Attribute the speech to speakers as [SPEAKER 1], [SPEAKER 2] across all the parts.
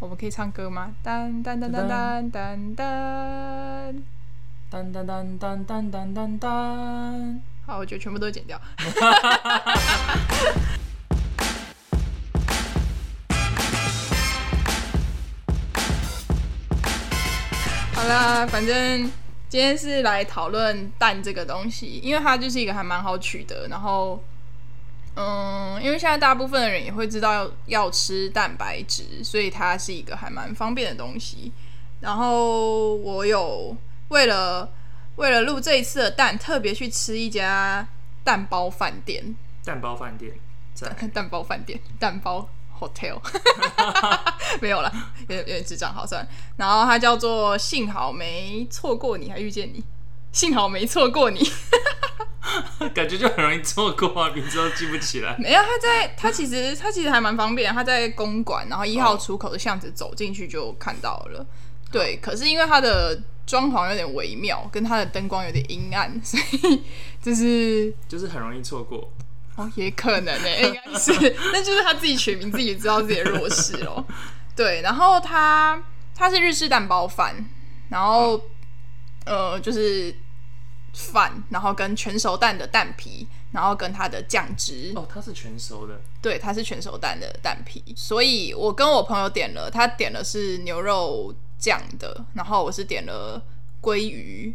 [SPEAKER 1] 我们可以唱歌吗？当当当当当当当。
[SPEAKER 2] 当当当当当当当当。
[SPEAKER 1] 好，我觉得全部都剪掉。 好啦，反正今天是来讨论蛋这个东西，因为它就是一个还蛮好取的。然后，嗯，因为现在大部分的人也会知道要要吃蛋白质，所以它是一个还蛮方便的东西。然后我有为了为了录这一次的蛋，特别去吃一家蛋包饭店，
[SPEAKER 2] 蛋包饭店在
[SPEAKER 1] 蛋包饭店，蛋包 hotel，没有啦，有点有点智障，好算了。然后它叫做“幸好没错过你，还遇见你”，幸好没错过你。
[SPEAKER 2] 感觉就很容易错过啊，名字都记不起来。
[SPEAKER 1] 没有，它在它其实它其实还蛮方便的，它在公馆，然后一号出口的巷子走进去就看到了。对，可是因为它的装潢有点微妙，跟它的灯光有点阴暗，所以就是
[SPEAKER 2] 就是很容易错过。
[SPEAKER 1] 哦，也可能呢、 应该是，那就是他自己取名，自己知道自己的弱势咯。对，然后他他是日式蛋包饭，然后呃就是饭，然后跟全熟蛋的蛋皮，然后跟它的酱汁，
[SPEAKER 2] 哦，它是全熟的，
[SPEAKER 1] 对，它是全熟蛋的蛋皮，所以我跟我朋友点了，他点的是牛肉酱的，然后我是点了鲑鱼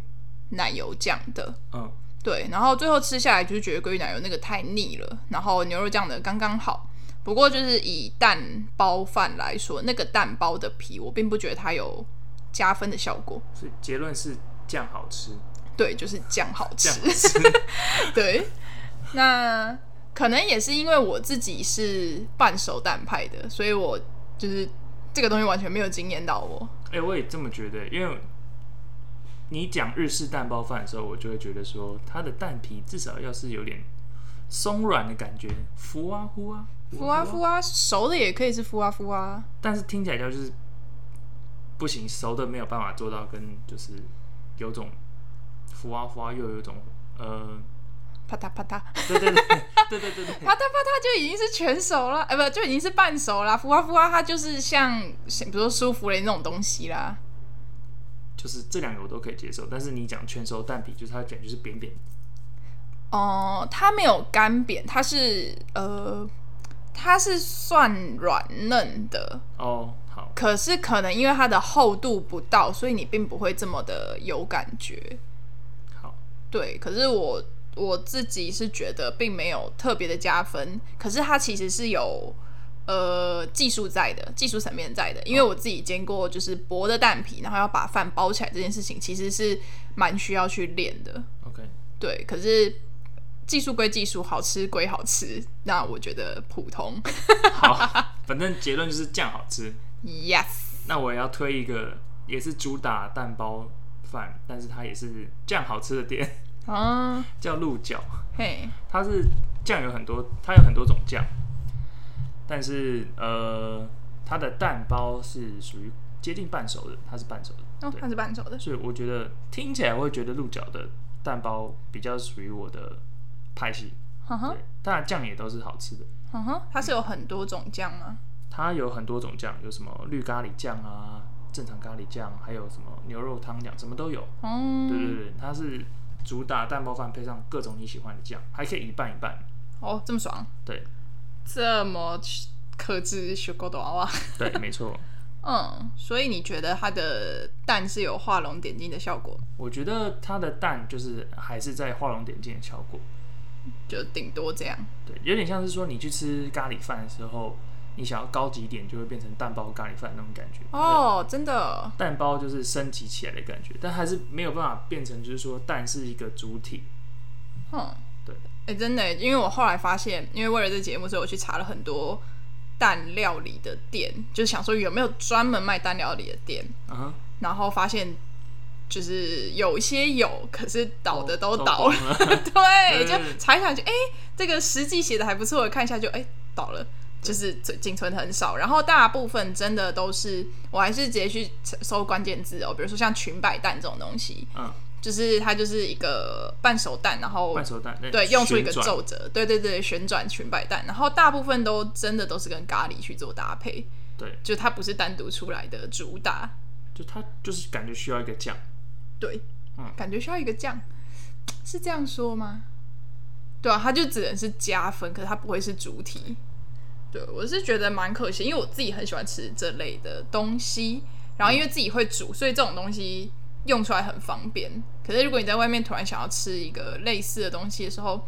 [SPEAKER 1] 奶油酱的，
[SPEAKER 2] 嗯，
[SPEAKER 1] 对，然后最后吃下来就是觉得鲑鱼奶油那个太腻了，然后牛肉酱的刚刚好。不过就是以蛋包饭来说，那个蛋包的皮，我并不觉得它有加分的效果。
[SPEAKER 2] 所以结论是酱好吃，
[SPEAKER 1] 对，就是酱好吃
[SPEAKER 2] 酱。好 吃。
[SPEAKER 1] 对，那可能也是因为我自己是半熟蛋派的，所以我就是这个东西完全没有惊艳到我。
[SPEAKER 2] 哎、我也这么觉得，因为你讲日式蛋包饭的时候，我就会觉得说它的蛋皮至少要是有点松软的感觉，浮啊呼啊，
[SPEAKER 1] 敷啊敷啊，熟的也可以是敷啊敷啊。
[SPEAKER 2] 但是听起来就是不行，熟的没有办法做到跟就是有种浮啊浮啊，又有一种呃，
[SPEAKER 1] 啪嗒啪嗒，啪
[SPEAKER 2] 对对对对对对对，
[SPEAKER 1] 嗒啪嗒就已经是全熟了，哎、不就已经是半熟啦。敷啊敷啊，它就是像像比如说舒芙蕾那种东西啦。
[SPEAKER 2] 就是这两个我都可以接受，但是你讲全熟蛋皮，就是它讲就是扁扁，
[SPEAKER 1] 哦、它没有干扁，它是呃，它是算软嫩的，
[SPEAKER 2] 哦，好，
[SPEAKER 1] 可是可能因为它的厚度不到，所以你并不会这么的有感觉。
[SPEAKER 2] 好，
[SPEAKER 1] 对，可是我我自己是觉得并没有特别的加分，可是它其实是有呃技术在的，技术层面在的，因为我自己煎过就是薄的蛋皮，然后要把饭包起来这件事情，其实是蛮需要去练的。
[SPEAKER 2] ，OK，
[SPEAKER 1] 对，可是技术归技术，好吃归好吃，那我觉得普通。
[SPEAKER 2] 好，反正结论就是酱好吃。
[SPEAKER 1] yes，
[SPEAKER 2] 那我也要推一个，也是主打蛋包饭，但是它也是酱好吃的店，
[SPEAKER 1] 啊，
[SPEAKER 2] 叫鹿角。
[SPEAKER 1] 嘿，
[SPEAKER 2] 它是酱有很多，它有很多种酱，但是呃，它的蛋包是属于接近半熟的，它是半熟的，
[SPEAKER 1] 哦，它是半熟的，
[SPEAKER 2] 所以我觉得听起来会觉得鹿角的蛋包比较属于我的派系。
[SPEAKER 1] 哼嗯哼
[SPEAKER 2] 对，当然酱也都是好吃的，
[SPEAKER 1] 哼哼，它是有很多种酱吗？
[SPEAKER 2] 它有很多种酱，有什么绿咖喱酱啊，正常咖喱酱，还有什么牛肉汤酱，什么都有。
[SPEAKER 1] 哦，
[SPEAKER 2] 对对对，它是主打蛋包饭配上各种你喜欢的酱，还可以一半一半。
[SPEAKER 1] 哦，这么爽，
[SPEAKER 2] 对
[SPEAKER 1] 这么克制雪糕的娃 娃，
[SPEAKER 2] 对，没错。
[SPEAKER 1] 嗯，所以你觉得它的蛋是有画龙点睛的效果，
[SPEAKER 2] 我觉得它的蛋就是还是在画龙点睛的效果，
[SPEAKER 1] 就顶多这样。
[SPEAKER 2] 对，有点像是说你去吃咖喱饭的时候，你想要高级一点，就会变成蛋包咖喱饭那种感觉。
[SPEAKER 1] 哦，真的，
[SPEAKER 2] 对，蛋包就是升级起来的感觉，但还是没有办法变成就是说蛋是一个主体。
[SPEAKER 1] 哼，
[SPEAKER 2] 对，
[SPEAKER 1] 哎、真的耶，因为我后来发现，因为为了这节目，所以我去查了很多蛋料理的店，就是想说有没有专门卖蛋料理的店，
[SPEAKER 2] 嗯哼，
[SPEAKER 1] 然后发现就是有一些有，可是倒的哦都倒
[SPEAKER 2] 懂
[SPEAKER 1] 了，
[SPEAKER 2] 了。
[SPEAKER 1] 对，
[SPEAKER 2] 对
[SPEAKER 1] 就查一查就哎、这个实际写的还不错，看一下就哎、倒了。就是存仅存很少，然后大部分真的都是，我还是直接去搜关键字哦，比如说像裙摆蛋这种东西，
[SPEAKER 2] 嗯，
[SPEAKER 1] 就是它就是一个半熟蛋，然后
[SPEAKER 2] 半熟蛋，那
[SPEAKER 1] 对，用出一个
[SPEAKER 2] 旋转
[SPEAKER 1] 皱褶，对对对，旋转裙摆蛋，然后大部分都真的都是跟咖喱去做搭配，
[SPEAKER 2] 对，
[SPEAKER 1] 就它不是单独出来的主打，
[SPEAKER 2] 就它就是感觉需要一个酱，
[SPEAKER 1] 对，
[SPEAKER 2] 嗯
[SPEAKER 1] 感觉需要一个酱，是这样说吗？对啊，它就只能是加分，可是它不会是主体。对，我是觉得蛮可惜，因为我自己很喜欢吃这类的东西，然后因为自己会煮，所以这种东西用出来很方便。可是如果你在外面突然想要吃一个类似的东西的时候，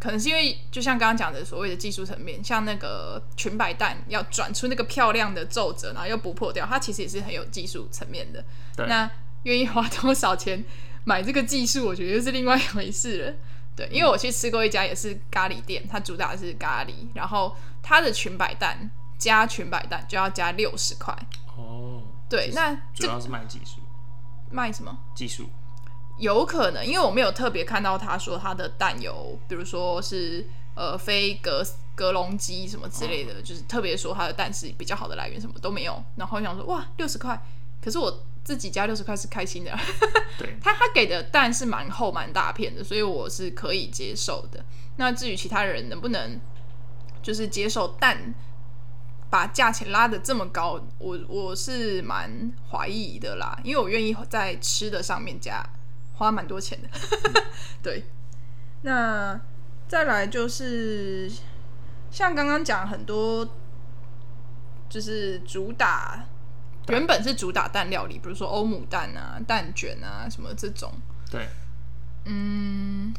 [SPEAKER 1] 可能是因为就像刚刚讲的所谓的技术层面，像那个裙摆蛋要转出那个漂亮的皱褶，然后又不破掉，它其实也是很有技术层面的。
[SPEAKER 2] 对
[SPEAKER 1] 那愿意花多少钱买这个技术，我觉得又是另外一回事了。 对，因为我去吃过一家也是咖喱店，它主打的是咖喱，然后它的裙摆蛋加裙摆蛋就要加六十块。
[SPEAKER 2] 哦，
[SPEAKER 1] 对，那
[SPEAKER 2] 主
[SPEAKER 1] 这
[SPEAKER 2] 要是卖技术，
[SPEAKER 1] 卖什么？
[SPEAKER 2] 技术，
[SPEAKER 1] 有可能，因为我没有特别看到他说他的蛋有，比如说是呃非格格隆鸡什么之类的，就是特别说他的蛋是比较好的来源，什么都没有。然后我想说哇，六十块，可是我自己加六十块是开心的。
[SPEAKER 2] 对，
[SPEAKER 1] 他他给的蛋是蛮厚蛮大片的，所以我是可以接受的。那至于其他人能不能就是接受蛋把价钱拉的这么高，我我是蛮怀疑的啦，因为我愿意在吃的上面加花蛮多钱的。 对，那再来就是像刚刚讲很多，就是主打原本是主打蛋料理，比如说欧姆蛋啊、蛋卷啊什么这种，
[SPEAKER 2] 对，
[SPEAKER 1] 嗯，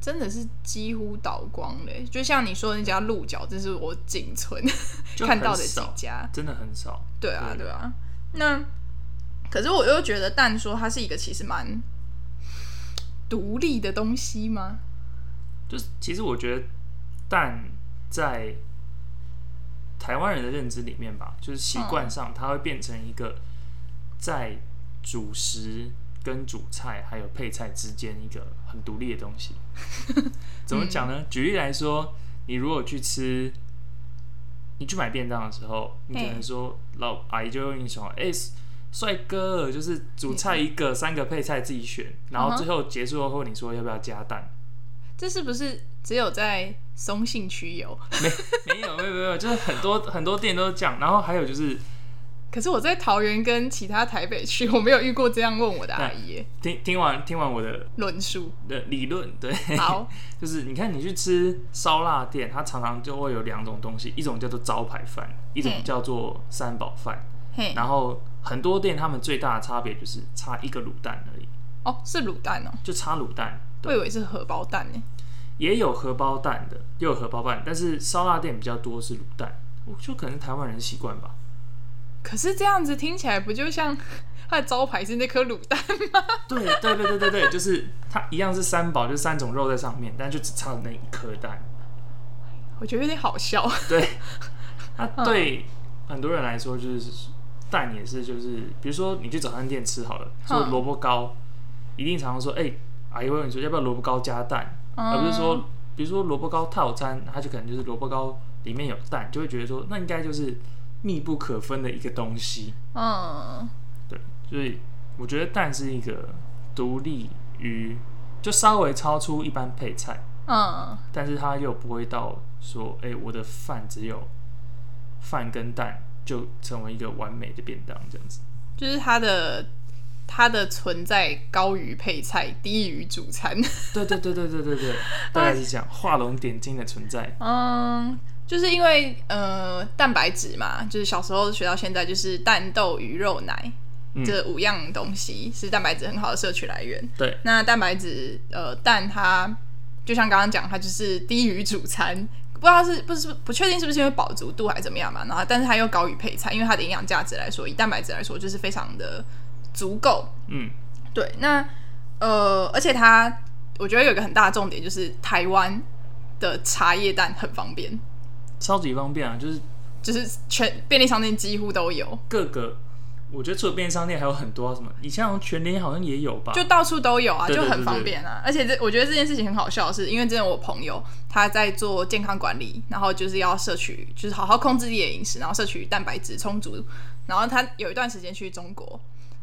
[SPEAKER 1] 真的是几乎倒光嘞、就像你说的那家鹿角，这是我仅存
[SPEAKER 2] 就
[SPEAKER 1] 看到的几
[SPEAKER 2] 很少
[SPEAKER 1] 家。
[SPEAKER 2] 真的很少，
[SPEAKER 1] 对啊，
[SPEAKER 2] 对
[SPEAKER 1] 对啊。那可是我又觉得蛋说它是一个其实蛮独立的东西吗？
[SPEAKER 2] 就是其实我觉得蛋在台湾人的认知里面吧，就是习
[SPEAKER 1] 嗯
[SPEAKER 2] 惯上它会变成一个在主食跟主菜还有配菜之间一个很独立的东西。怎么讲
[SPEAKER 1] 嗯
[SPEAKER 2] 呢？举例来说，你如果去吃。你去买便当的时候，你可能
[SPEAKER 1] 嘿
[SPEAKER 2] 说老阿姨就会跟你说：“哎、帅哥，就是主菜一个，三个配菜自己选。”然
[SPEAKER 1] 嗯
[SPEAKER 2] 后
[SPEAKER 1] 哼
[SPEAKER 2] 最后结束后，你说要不要加蛋？
[SPEAKER 1] 这是不是只有在松信区有？
[SPEAKER 2] 没有没有没有，就是很多很多店都是这样。然后还有就是
[SPEAKER 1] 可是我在桃园跟其他台北区，我没有遇过这样问我的阿姨耶
[SPEAKER 2] 听听完听完我的
[SPEAKER 1] 论 述。
[SPEAKER 2] 的理论，对，
[SPEAKER 1] 好，
[SPEAKER 2] 就是你看你去吃烧腊店，它常常就会有两种东西，一种叫做招牌饭，一种
[SPEAKER 1] 嗯
[SPEAKER 2] 叫做三宝饭。
[SPEAKER 1] 嘿，
[SPEAKER 2] 然后很多店他们最大的差别就是差一个卤蛋而已，
[SPEAKER 1] 哦，是卤蛋哦，
[SPEAKER 2] 就差卤蛋。
[SPEAKER 1] 我以为是荷包蛋呢。
[SPEAKER 2] 也有荷包蛋的，也有荷包蛋，但是烧腊店比较多是卤蛋，我就可能台湾人的习惯吧。
[SPEAKER 1] 可是这样子听起来不就像 它的招牌是那颗卤蛋？
[SPEAKER 2] 对对对对对对，就是它一样是三宝，就是三种肉在上面，但就只差了那一颗蛋。
[SPEAKER 1] 我觉得有点好 笑。
[SPEAKER 2] 对，它啊对很多人来说就是蛋也是就是，比如说你去早餐店吃好了，说
[SPEAKER 1] 嗯
[SPEAKER 2] 萝卜糕，一定常常说，哎、阿姨会问你说要不要萝卜糕加蛋，
[SPEAKER 1] 嗯
[SPEAKER 2] 而不是说，比如说萝卜糕套餐，它就可能就是萝卜糕里面有蛋，就会觉得说那应该就是密不可分的一个东西。
[SPEAKER 1] 嗯，
[SPEAKER 2] 对，所以我觉得蛋是一个独立于，就稍微超出一般配菜，
[SPEAKER 1] 嗯
[SPEAKER 2] 但是它又不会到说，哎、我的饭只有饭跟蛋就成为一个完美的便当这样子。
[SPEAKER 1] 就是它的它的存在高于配菜，低于主餐。
[SPEAKER 2] 对对对对对 对对，大概是这样，画龙点睛的存在。
[SPEAKER 1] 嗯，就是因为呃蛋白质嘛，就是小时候学到现在，就是蛋、豆、鱼、肉、奶、
[SPEAKER 2] 嗯
[SPEAKER 1] 这五样东西是蛋白质很好的摄取来源。
[SPEAKER 2] 对，
[SPEAKER 1] 那蛋白质呃蛋它就像刚刚讲，它就是低于主餐。不知道是不是不确定是不是因为饱足度还是怎么样嘛，然后但是它又高于配菜，因为它的营养价值来说，以蛋白质来说就是非常的足够，
[SPEAKER 2] 嗯，
[SPEAKER 1] 对，那呃，而且它，我觉得有一个很大的重点就是台湾的茶叶蛋很方便，
[SPEAKER 2] 超级方便啊，就是
[SPEAKER 1] 就是全便利商店几乎都有，
[SPEAKER 2] 各个。我觉得除了便利商店还有很多、啊、什么，以前好像全联好像也有吧？
[SPEAKER 1] 就到处都有啊，
[SPEAKER 2] 对
[SPEAKER 1] 就
[SPEAKER 2] 对对
[SPEAKER 1] 很
[SPEAKER 2] 对
[SPEAKER 1] 方便啊。而且这我觉得这件事情很好笑的是，因为之前我朋友他在做健康管理，然后就是要摄取，就是好好控制自己的饮食，然后摄取蛋白质充足。然后他有一段时间去中国，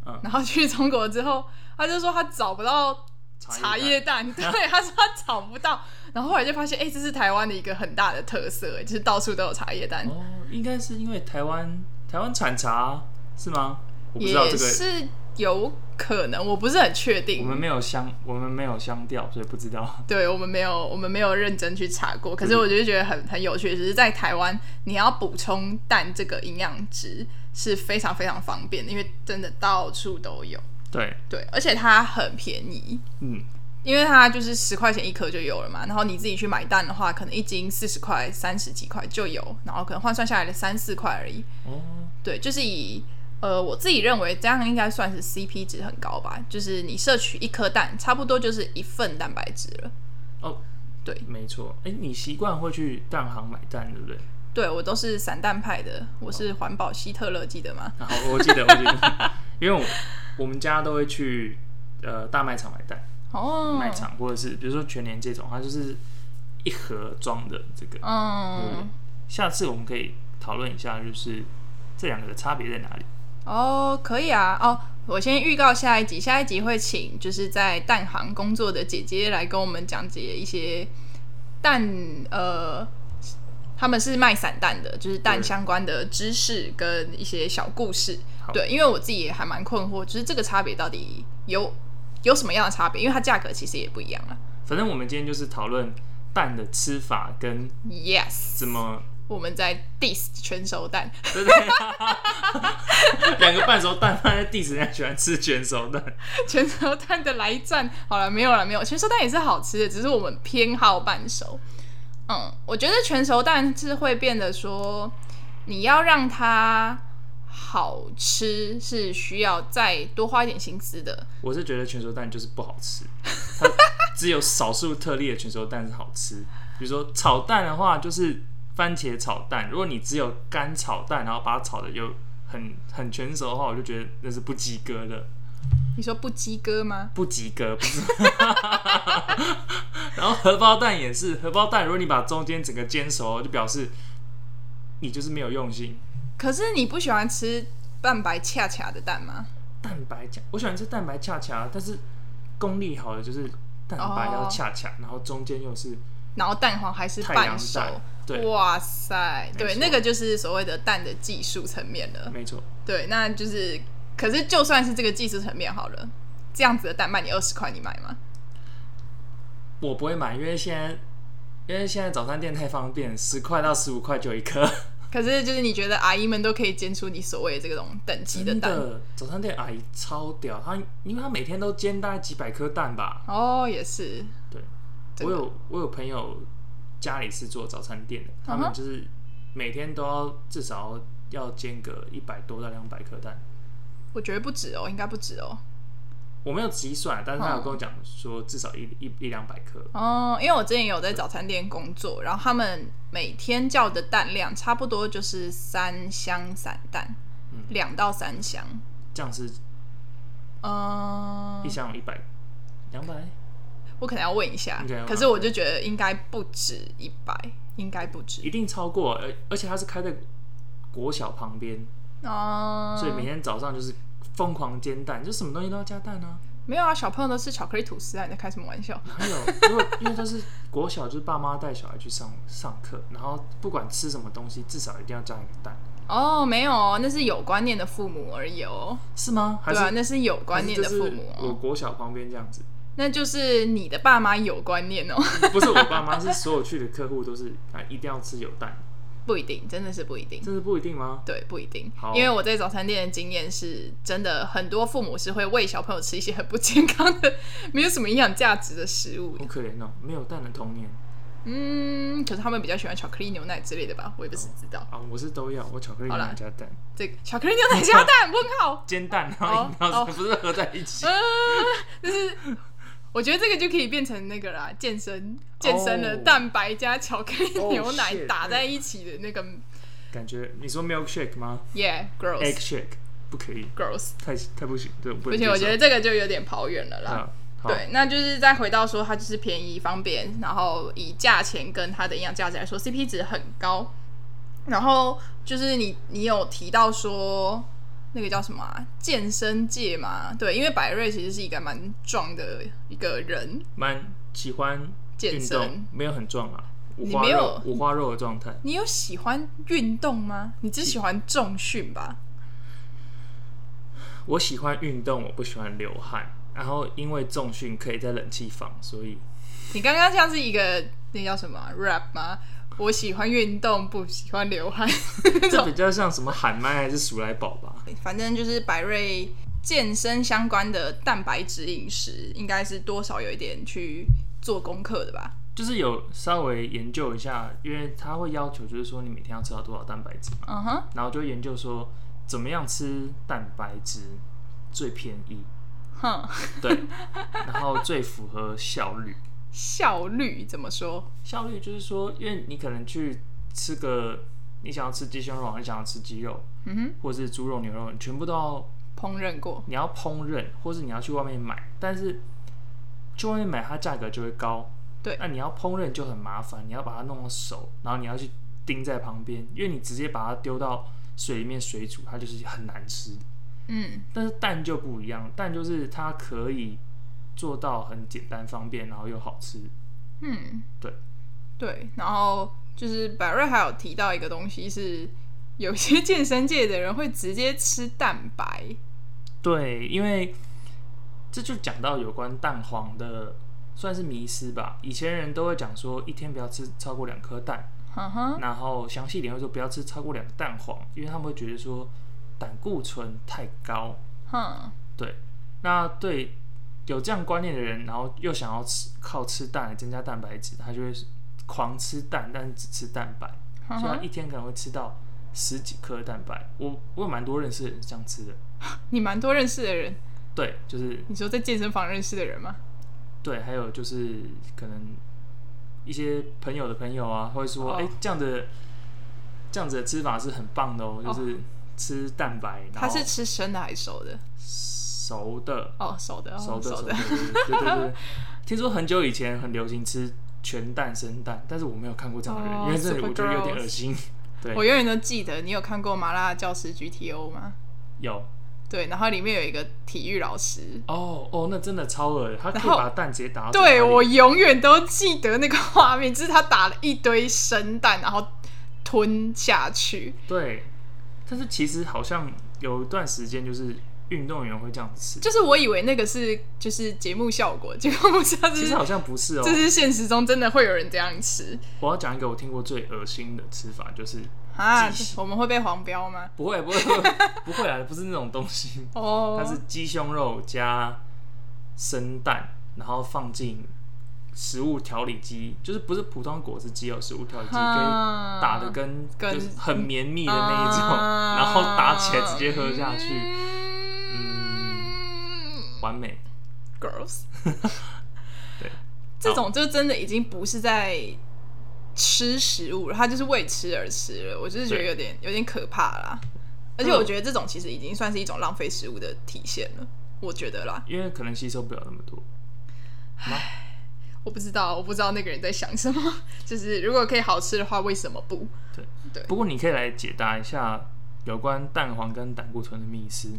[SPEAKER 2] 嗯
[SPEAKER 1] 然后去中国之后，他就说他找不到茶
[SPEAKER 2] 叶
[SPEAKER 1] 叶 蛋，对，他说他找不到，然后后来就发现，哎、这是台湾的一个很大的特色，哎就是到处都有茶叶蛋，
[SPEAKER 2] 蛋哦，应该是因为台湾台湾产茶啊是吗？我不知道
[SPEAKER 1] 也
[SPEAKER 2] 这个，
[SPEAKER 1] 是有可能，我不是很确
[SPEAKER 2] 我
[SPEAKER 1] 定，
[SPEAKER 2] 们没有香，我们没有香调，所以不知道。
[SPEAKER 1] 对我们没有，我们没有认真去查过，可是我就觉得很很有趣，只是在台湾你要补充蛋这个营养值是非常非常方便的，因为真的到处都有，
[SPEAKER 2] 对，
[SPEAKER 1] 对，而且它很便宜，
[SPEAKER 2] 嗯，
[SPEAKER 1] 因为它就是十块钱一颗就有了嘛，然后你自己去买蛋的话，可能一斤四十块、三十几块就有，然后可能换算下来的三四块而已。
[SPEAKER 2] 哦，
[SPEAKER 1] 对，就是以呃我自己认为这样应该算是 CP 值很高吧，就是你摄取一颗蛋，差不多就是一份蛋白质了。
[SPEAKER 2] 哦，
[SPEAKER 1] 对
[SPEAKER 2] 没错。哎、你习惯会去蛋行买蛋，对不对？
[SPEAKER 1] 对我都是散蛋派的，我是环保希特勒，记得吗？
[SPEAKER 2] 然后啊我记得，我记得， 因为我我们家都会去呃大卖场买蛋，
[SPEAKER 1] 哦，
[SPEAKER 2] 卖场或者是比如说全年这种，它就是一盒装的这个。
[SPEAKER 1] 嗯，
[SPEAKER 2] 下次我们可以讨论一下，就是这两个的差别在哪里。
[SPEAKER 1] 哦，可以啊，哦。我先预告下一集，下一集会请就是在蛋行工作的姐姐来跟我们讲解一些蛋，呃，他们是卖散蛋的，就是蛋
[SPEAKER 2] 对
[SPEAKER 1] 相关的知识跟一些小故事。
[SPEAKER 2] 好
[SPEAKER 1] 对，因为我自己也还蛮困惑，就是这个差别到底有有什么样的差别？因为它价格其实也不一样啊。
[SPEAKER 2] 反正我们今天就是讨论蛋的吃法跟
[SPEAKER 1] Yes，
[SPEAKER 2] 怎么，
[SPEAKER 1] 我们在 diss 全熟蛋。
[SPEAKER 2] 对不对？ 两个半熟蛋放在地址上喜欢吃全熟蛋，
[SPEAKER 1] 全熟蛋的来战。好了，没有了，没有，全熟蛋也是好吃的，只是我们偏好半熟。嗯，我觉得全熟蛋是会变得说，你要让它好吃是需要再多花一点心思的。
[SPEAKER 2] 我是觉得全熟蛋就是不好吃，它只有少数特例的全熟蛋是好吃。比如说炒蛋的话，就是番茄炒蛋。如果你只有干炒蛋，然后把它炒的又很很全熟的话，我就觉得那是不及格的，
[SPEAKER 1] 你说不及格吗？
[SPEAKER 2] 不及格不是。 然后荷包蛋也是，荷包蛋如果你把中间整个煎熟，就表示你就是没有用心。
[SPEAKER 1] 可是你不喜欢吃蛋白恰恰的蛋吗？
[SPEAKER 2] 蛋白恰，我喜欢吃蛋白恰恰，但是功力好的就是蛋白要
[SPEAKER 1] 哦
[SPEAKER 2] 恰恰，然后中间又是。
[SPEAKER 1] 然后蛋黄还是
[SPEAKER 2] 太阳
[SPEAKER 1] 半熟
[SPEAKER 2] 蛋，。对，
[SPEAKER 1] 哇塞，对，
[SPEAKER 2] 错
[SPEAKER 1] 那个就是所谓的蛋的技术层面了。
[SPEAKER 2] 没错，
[SPEAKER 1] 对，那就是，可是就算是这个技术层面好了，这样子的蛋卖你二十块，你买吗？
[SPEAKER 2] 我不会买，因为现在因为现在早餐店太方便，十块到十五块就有一 颗，
[SPEAKER 1] 可是就是你觉得阿姨们都可以煎出你所谓的这种等级的
[SPEAKER 2] 真
[SPEAKER 1] 蛋
[SPEAKER 2] 的，早餐店阿姨超屌，她因为她每天都煎大概几百颗蛋吧。
[SPEAKER 1] 哦，也是，
[SPEAKER 2] 对，
[SPEAKER 1] 真
[SPEAKER 2] 我
[SPEAKER 1] 的
[SPEAKER 2] 有我有朋友家里是做早餐店的，他
[SPEAKER 1] 嗯
[SPEAKER 2] 们
[SPEAKER 1] 哼
[SPEAKER 2] 就是每天都要至少要煎个一百多到两百颗蛋。
[SPEAKER 1] 我觉得不止哦，应该不止哦，
[SPEAKER 2] 我没有计算，但是他有
[SPEAKER 1] 嗯
[SPEAKER 2] 跟我讲说至少一一一两百颗。
[SPEAKER 1] 哦，因为我之前有在早餐店工作，然后他们每天叫的蛋量差不多就是三箱散蛋
[SPEAKER 2] 嗯，
[SPEAKER 1] 两、到三箱，
[SPEAKER 2] 这样是
[SPEAKER 1] 嗯、
[SPEAKER 2] 一箱有一百两百，
[SPEAKER 1] 我可能要问一下
[SPEAKER 2] 应该要
[SPEAKER 1] 可是我就觉得应该不止一百，应该不止
[SPEAKER 2] 一定超过，而而且它是开在国小旁边，
[SPEAKER 1] 哦，
[SPEAKER 2] 所以每天早上就是疯狂煎蛋，就什么东西都要加蛋啊。
[SPEAKER 1] 没有啊，小朋友都吃巧克力吐司啊！你在开什么玩笑？
[SPEAKER 2] 哪有？因为因为都是国小，就是爸妈带小孩去上上课，然后不管吃什么东西，至少一定要加一个蛋，
[SPEAKER 1] 哦，没有哦，那是有观念的父母而已哦。
[SPEAKER 2] 是吗？还
[SPEAKER 1] 对
[SPEAKER 2] 是、
[SPEAKER 1] 啊，那是有观念的
[SPEAKER 2] 还是
[SPEAKER 1] 父
[SPEAKER 2] 就是
[SPEAKER 1] 母
[SPEAKER 2] 我
[SPEAKER 1] 哦，
[SPEAKER 2] 国小旁边这样子，
[SPEAKER 1] 那就是你的爸妈有观念哦，
[SPEAKER 2] 不是我爸妈，是所有去的客户都是啊，一定要吃有蛋，
[SPEAKER 1] 不一定，真的是不一定。
[SPEAKER 2] 这是不一定吗？
[SPEAKER 1] 对，不一定
[SPEAKER 2] 好，
[SPEAKER 1] 因为我在早餐店的经验是，真的很多父母是会喂小朋友吃一些很不健康的、没有什么营养价值的食物
[SPEAKER 2] 好。可怜哦，没有蛋的童年
[SPEAKER 1] 嗯，可是他们比较喜欢巧克力牛奶之类的吧，我也不是知道。
[SPEAKER 2] 啊！我是都要，我巧克力
[SPEAKER 1] 好啦
[SPEAKER 2] 奶加蛋，
[SPEAKER 1] 这个巧克力牛奶加蛋，问号。
[SPEAKER 2] 煎蛋然后饮料
[SPEAKER 1] 哦
[SPEAKER 2] 水不是合在 一起？
[SPEAKER 1] 呃我觉得这个就可以变成那个啦，健身健身的
[SPEAKER 2] 哦
[SPEAKER 1] 蛋白加巧克力
[SPEAKER 2] Oh,
[SPEAKER 1] 牛奶
[SPEAKER 2] shit，
[SPEAKER 1] 打在一起的那个
[SPEAKER 2] 感觉你说 milkshake 吗
[SPEAKER 1] ，yeah
[SPEAKER 2] ？egg
[SPEAKER 1] gross
[SPEAKER 2] shake 不可以，
[SPEAKER 1] gross，
[SPEAKER 2] 太太不行，对，
[SPEAKER 1] 不
[SPEAKER 2] 不能
[SPEAKER 1] 行，
[SPEAKER 2] 接
[SPEAKER 1] 我觉
[SPEAKER 2] 受
[SPEAKER 1] 得这个就有点跑远了啦。
[SPEAKER 2] 啊，好
[SPEAKER 1] 对，那就是再回到说它就是便宜方便，然后以价钱跟它的营养价值来说，CP 值很高。然后就是你你有提到说，那个叫什么、啊、健身界嘛，对，因为百瑞其实是一个蛮壮的一个人，
[SPEAKER 2] 蛮喜欢
[SPEAKER 1] 健
[SPEAKER 2] 运
[SPEAKER 1] 身
[SPEAKER 2] 动，没有很壮啊，五
[SPEAKER 1] 你
[SPEAKER 2] 花
[SPEAKER 1] 没有
[SPEAKER 2] 肉五花肉的状态。
[SPEAKER 1] 你有喜欢运动吗？你只喜欢重训吧？
[SPEAKER 2] 我喜欢运动，我不喜欢流汗。然后因为重训可以在冷气房，所 以
[SPEAKER 1] 你刚刚像是一个那叫什么啊 rap 吗？我喜欢运动，不喜欢流汗。
[SPEAKER 2] 这比较像什么喊麦还是鼠来宝吧？
[SPEAKER 1] 反正就是百瑞健身相关的蛋白质饮食，应该是多少有一点去做功课的吧？
[SPEAKER 2] 就是有稍微研究一下，因为他会要求就是说你每天要吃到多少蛋白质嘛，
[SPEAKER 1] 嗯哼，
[SPEAKER 2] 然后就研究说怎么样吃蛋白质最便宜，
[SPEAKER 1] 哼，
[SPEAKER 2] 对，然后最符合效率。
[SPEAKER 1] 效率怎么说？
[SPEAKER 2] 效率就是说，因为你可能去吃个，你想要吃鸡胸肉，你想要吃鸡肉，
[SPEAKER 1] 嗯
[SPEAKER 2] 或是猪肉、牛肉，你全部都要
[SPEAKER 1] 哼，烹饪过，
[SPEAKER 2] 你要烹饪，或是你要去外面买，但是去外面买它价格就会高。
[SPEAKER 1] 对
[SPEAKER 2] 那你要烹饪就很麻烦，你要把它弄到熟，然后你要去盯在旁边，因为你直接把它丢到水里面水煮，它就是很难吃。
[SPEAKER 1] 嗯
[SPEAKER 2] 但是蛋就不一样，蛋就是它可以做到很简单方便，然后又好吃。
[SPEAKER 1] 嗯，
[SPEAKER 2] 对
[SPEAKER 1] 对。然后就是百瑞还有提到一个东西是，有些健身界的人会直接吃蛋白，
[SPEAKER 2] 对，因为这就讲到有关蛋黄的算是迷思吧。以前人都会讲说，一天不要吃超过两颗蛋，
[SPEAKER 1] 哼哼，
[SPEAKER 2] 然后详细一点会说不要吃超过两个蛋黄，因为他们会觉得说胆固醇太高。
[SPEAKER 1] 哼，
[SPEAKER 2] 对，那对有这样观念的人，然后又想要吃靠吃蛋来增加蛋白质，他就会狂吃蛋，但是只吃蛋白，
[SPEAKER 1] 嗯哼
[SPEAKER 2] 所以他
[SPEAKER 1] 哼
[SPEAKER 2] 一天可能会吃到十几颗蛋白。我我有蛮多认识的人是这样吃的，
[SPEAKER 1] 你蛮多认识的人，
[SPEAKER 2] 对，就是
[SPEAKER 1] 你说在健身房认识的人吗？
[SPEAKER 2] 对，还有就是可能一些朋友的朋友啊，会说，
[SPEAKER 1] 哦
[SPEAKER 2] 哎、这样的这样子的吃法是很棒的哦，就是吃蛋白，然
[SPEAKER 1] 他
[SPEAKER 2] 后
[SPEAKER 1] 是吃生的还是熟的？
[SPEAKER 2] 熟的，
[SPEAKER 1] 哦，熟的，哦
[SPEAKER 2] 熟的，熟
[SPEAKER 1] 熟
[SPEAKER 2] 的，对对对对。听说很久以前很流行吃全蛋生蛋，但是我没有看过这样的人，
[SPEAKER 1] 哦
[SPEAKER 2] 因为这里
[SPEAKER 1] super
[SPEAKER 2] 我觉得有点
[SPEAKER 1] gross
[SPEAKER 2] 恶心。对
[SPEAKER 1] 我，永远都记得，你有看过《麻辣教师 GTO》吗？
[SPEAKER 2] 有
[SPEAKER 1] 对，然后里面有一个体育老师，
[SPEAKER 2] 哦哦，那真的超恶心，他可以
[SPEAKER 1] 然后
[SPEAKER 2] 把蛋直接打到嘴
[SPEAKER 1] 对
[SPEAKER 2] 哦巴里
[SPEAKER 1] 我永远都记得那个画面，就是他打了一堆生蛋，然后吞下去。
[SPEAKER 2] 对，但是其实好像有一段时间就是运动员会这样子吃。
[SPEAKER 1] 就是我以为那个是就是节目效果，结果不知道这
[SPEAKER 2] 其实
[SPEAKER 1] 是
[SPEAKER 2] 好像不是哦，
[SPEAKER 1] 这是现实中真的会有人这样吃
[SPEAKER 2] 我要讲一个我听过最恶心的吃法，就是
[SPEAKER 1] 啊
[SPEAKER 2] 鸡？
[SPEAKER 1] 我们会被黄标吗？
[SPEAKER 2] 不会不 会不会不会啊，不是那种东西，
[SPEAKER 1] 哦
[SPEAKER 2] 它，是鸡胸肉加生蛋，然后放进食物调理机，就是不是普通果汁机哦，食物调理机可以
[SPEAKER 1] 啊
[SPEAKER 2] 打的跟
[SPEAKER 1] 跟啊
[SPEAKER 2] 就是很绵密的那一种，然后打起来直接喝下去，
[SPEAKER 1] 嗯
[SPEAKER 2] 完美。
[SPEAKER 1] ，girls，
[SPEAKER 2] 对，
[SPEAKER 1] 这种就真的已经不是在吃食物了，它就是为吃而吃了。我就是觉得
[SPEAKER 2] 对嗯
[SPEAKER 1] 有点有点可怕啦，而且我觉得这种其实已经算是一种浪费食物的体现了。我觉得啦，
[SPEAKER 2] 因为可能吸收不了那么多。
[SPEAKER 1] 我不知道，我不知道那个人在想什么。 就是如果可以好吃的话，为什么不？
[SPEAKER 2] 不过你可以来解答一下有关蛋黄跟胆固醇的迷思。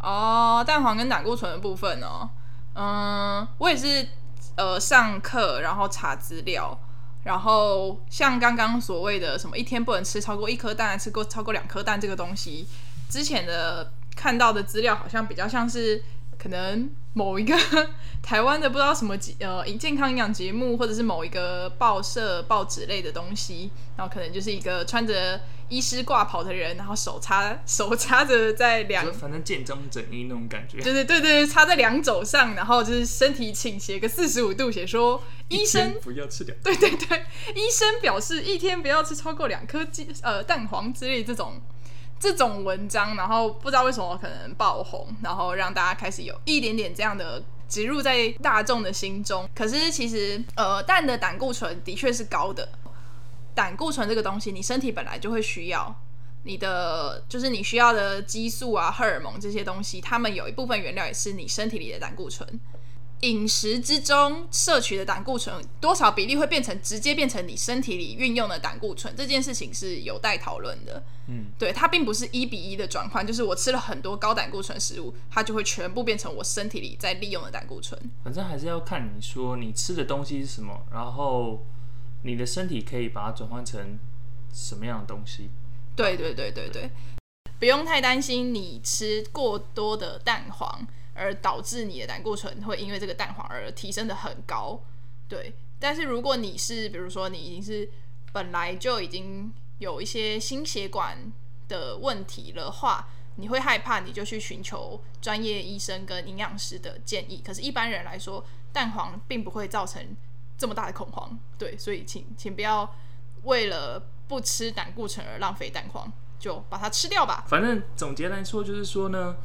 [SPEAKER 1] 哦，蛋黄跟胆固醇的部分哦，嗯，我也是呃上课然后查资料，然后像刚刚所谓的什么一天不能吃超过一颗蛋，吃过超过两颗蛋这个东西，之前的看到的资料好像比较像是可能某一个 台湾的不知道什么节呃健康营养节目，或者是某一个报社报纸类的东西，然后可能就是一个穿着医师挂袍的人，然后手插手插着在两
[SPEAKER 2] 就反正见中整一那种感觉。
[SPEAKER 1] 对对对对，插在两肘上，然后就是身体倾斜个四十五度，写说医生，
[SPEAKER 2] 不要吃两
[SPEAKER 1] 对对对，医生表示一天不要吃超过两颗鸡呃蛋黄之类这种这种文章，然后不知道为什么可能爆红，然后让大家开始有一点点这样的。植入在大众的心中，可是其实，呃，蛋的胆固醇的确是高的。胆固醇这个东西，你身体本来就会需要，你的就是你需要的激素啊、荷尔蒙这些东西，它们有一部分原料也是你身体里的胆固醇。饮食之中摄取的胆固醇多少比例会变成直接变成你身体里运用的胆固醇，这件事情是有待讨论的。
[SPEAKER 2] 嗯，
[SPEAKER 1] 对，它并不是一比一的转换，就是我吃了很多高胆固醇食物，它就会全部变成我身体里在利用的胆固醇。
[SPEAKER 2] 反正还是要看你说你吃的东西是什么，然后你的身体可以把它转换成什么样的东西。
[SPEAKER 1] 对对对对对，不用太担心你吃过多的蛋黄而导致你的胆固醇会因为这个蛋黄而提升的很高。对，但是如果你是比如说你已经是本来就已经有一些心血管的问题的话，你会害怕，你就去寻求专业医生跟营养师的建议。可是，一般人来说，蛋黄并不会造成这么大的恐慌。对，所以请请不要为了不吃胆固醇而浪费蛋黄，就把它吃掉吧。
[SPEAKER 2] 反正总结来说，就是说呢，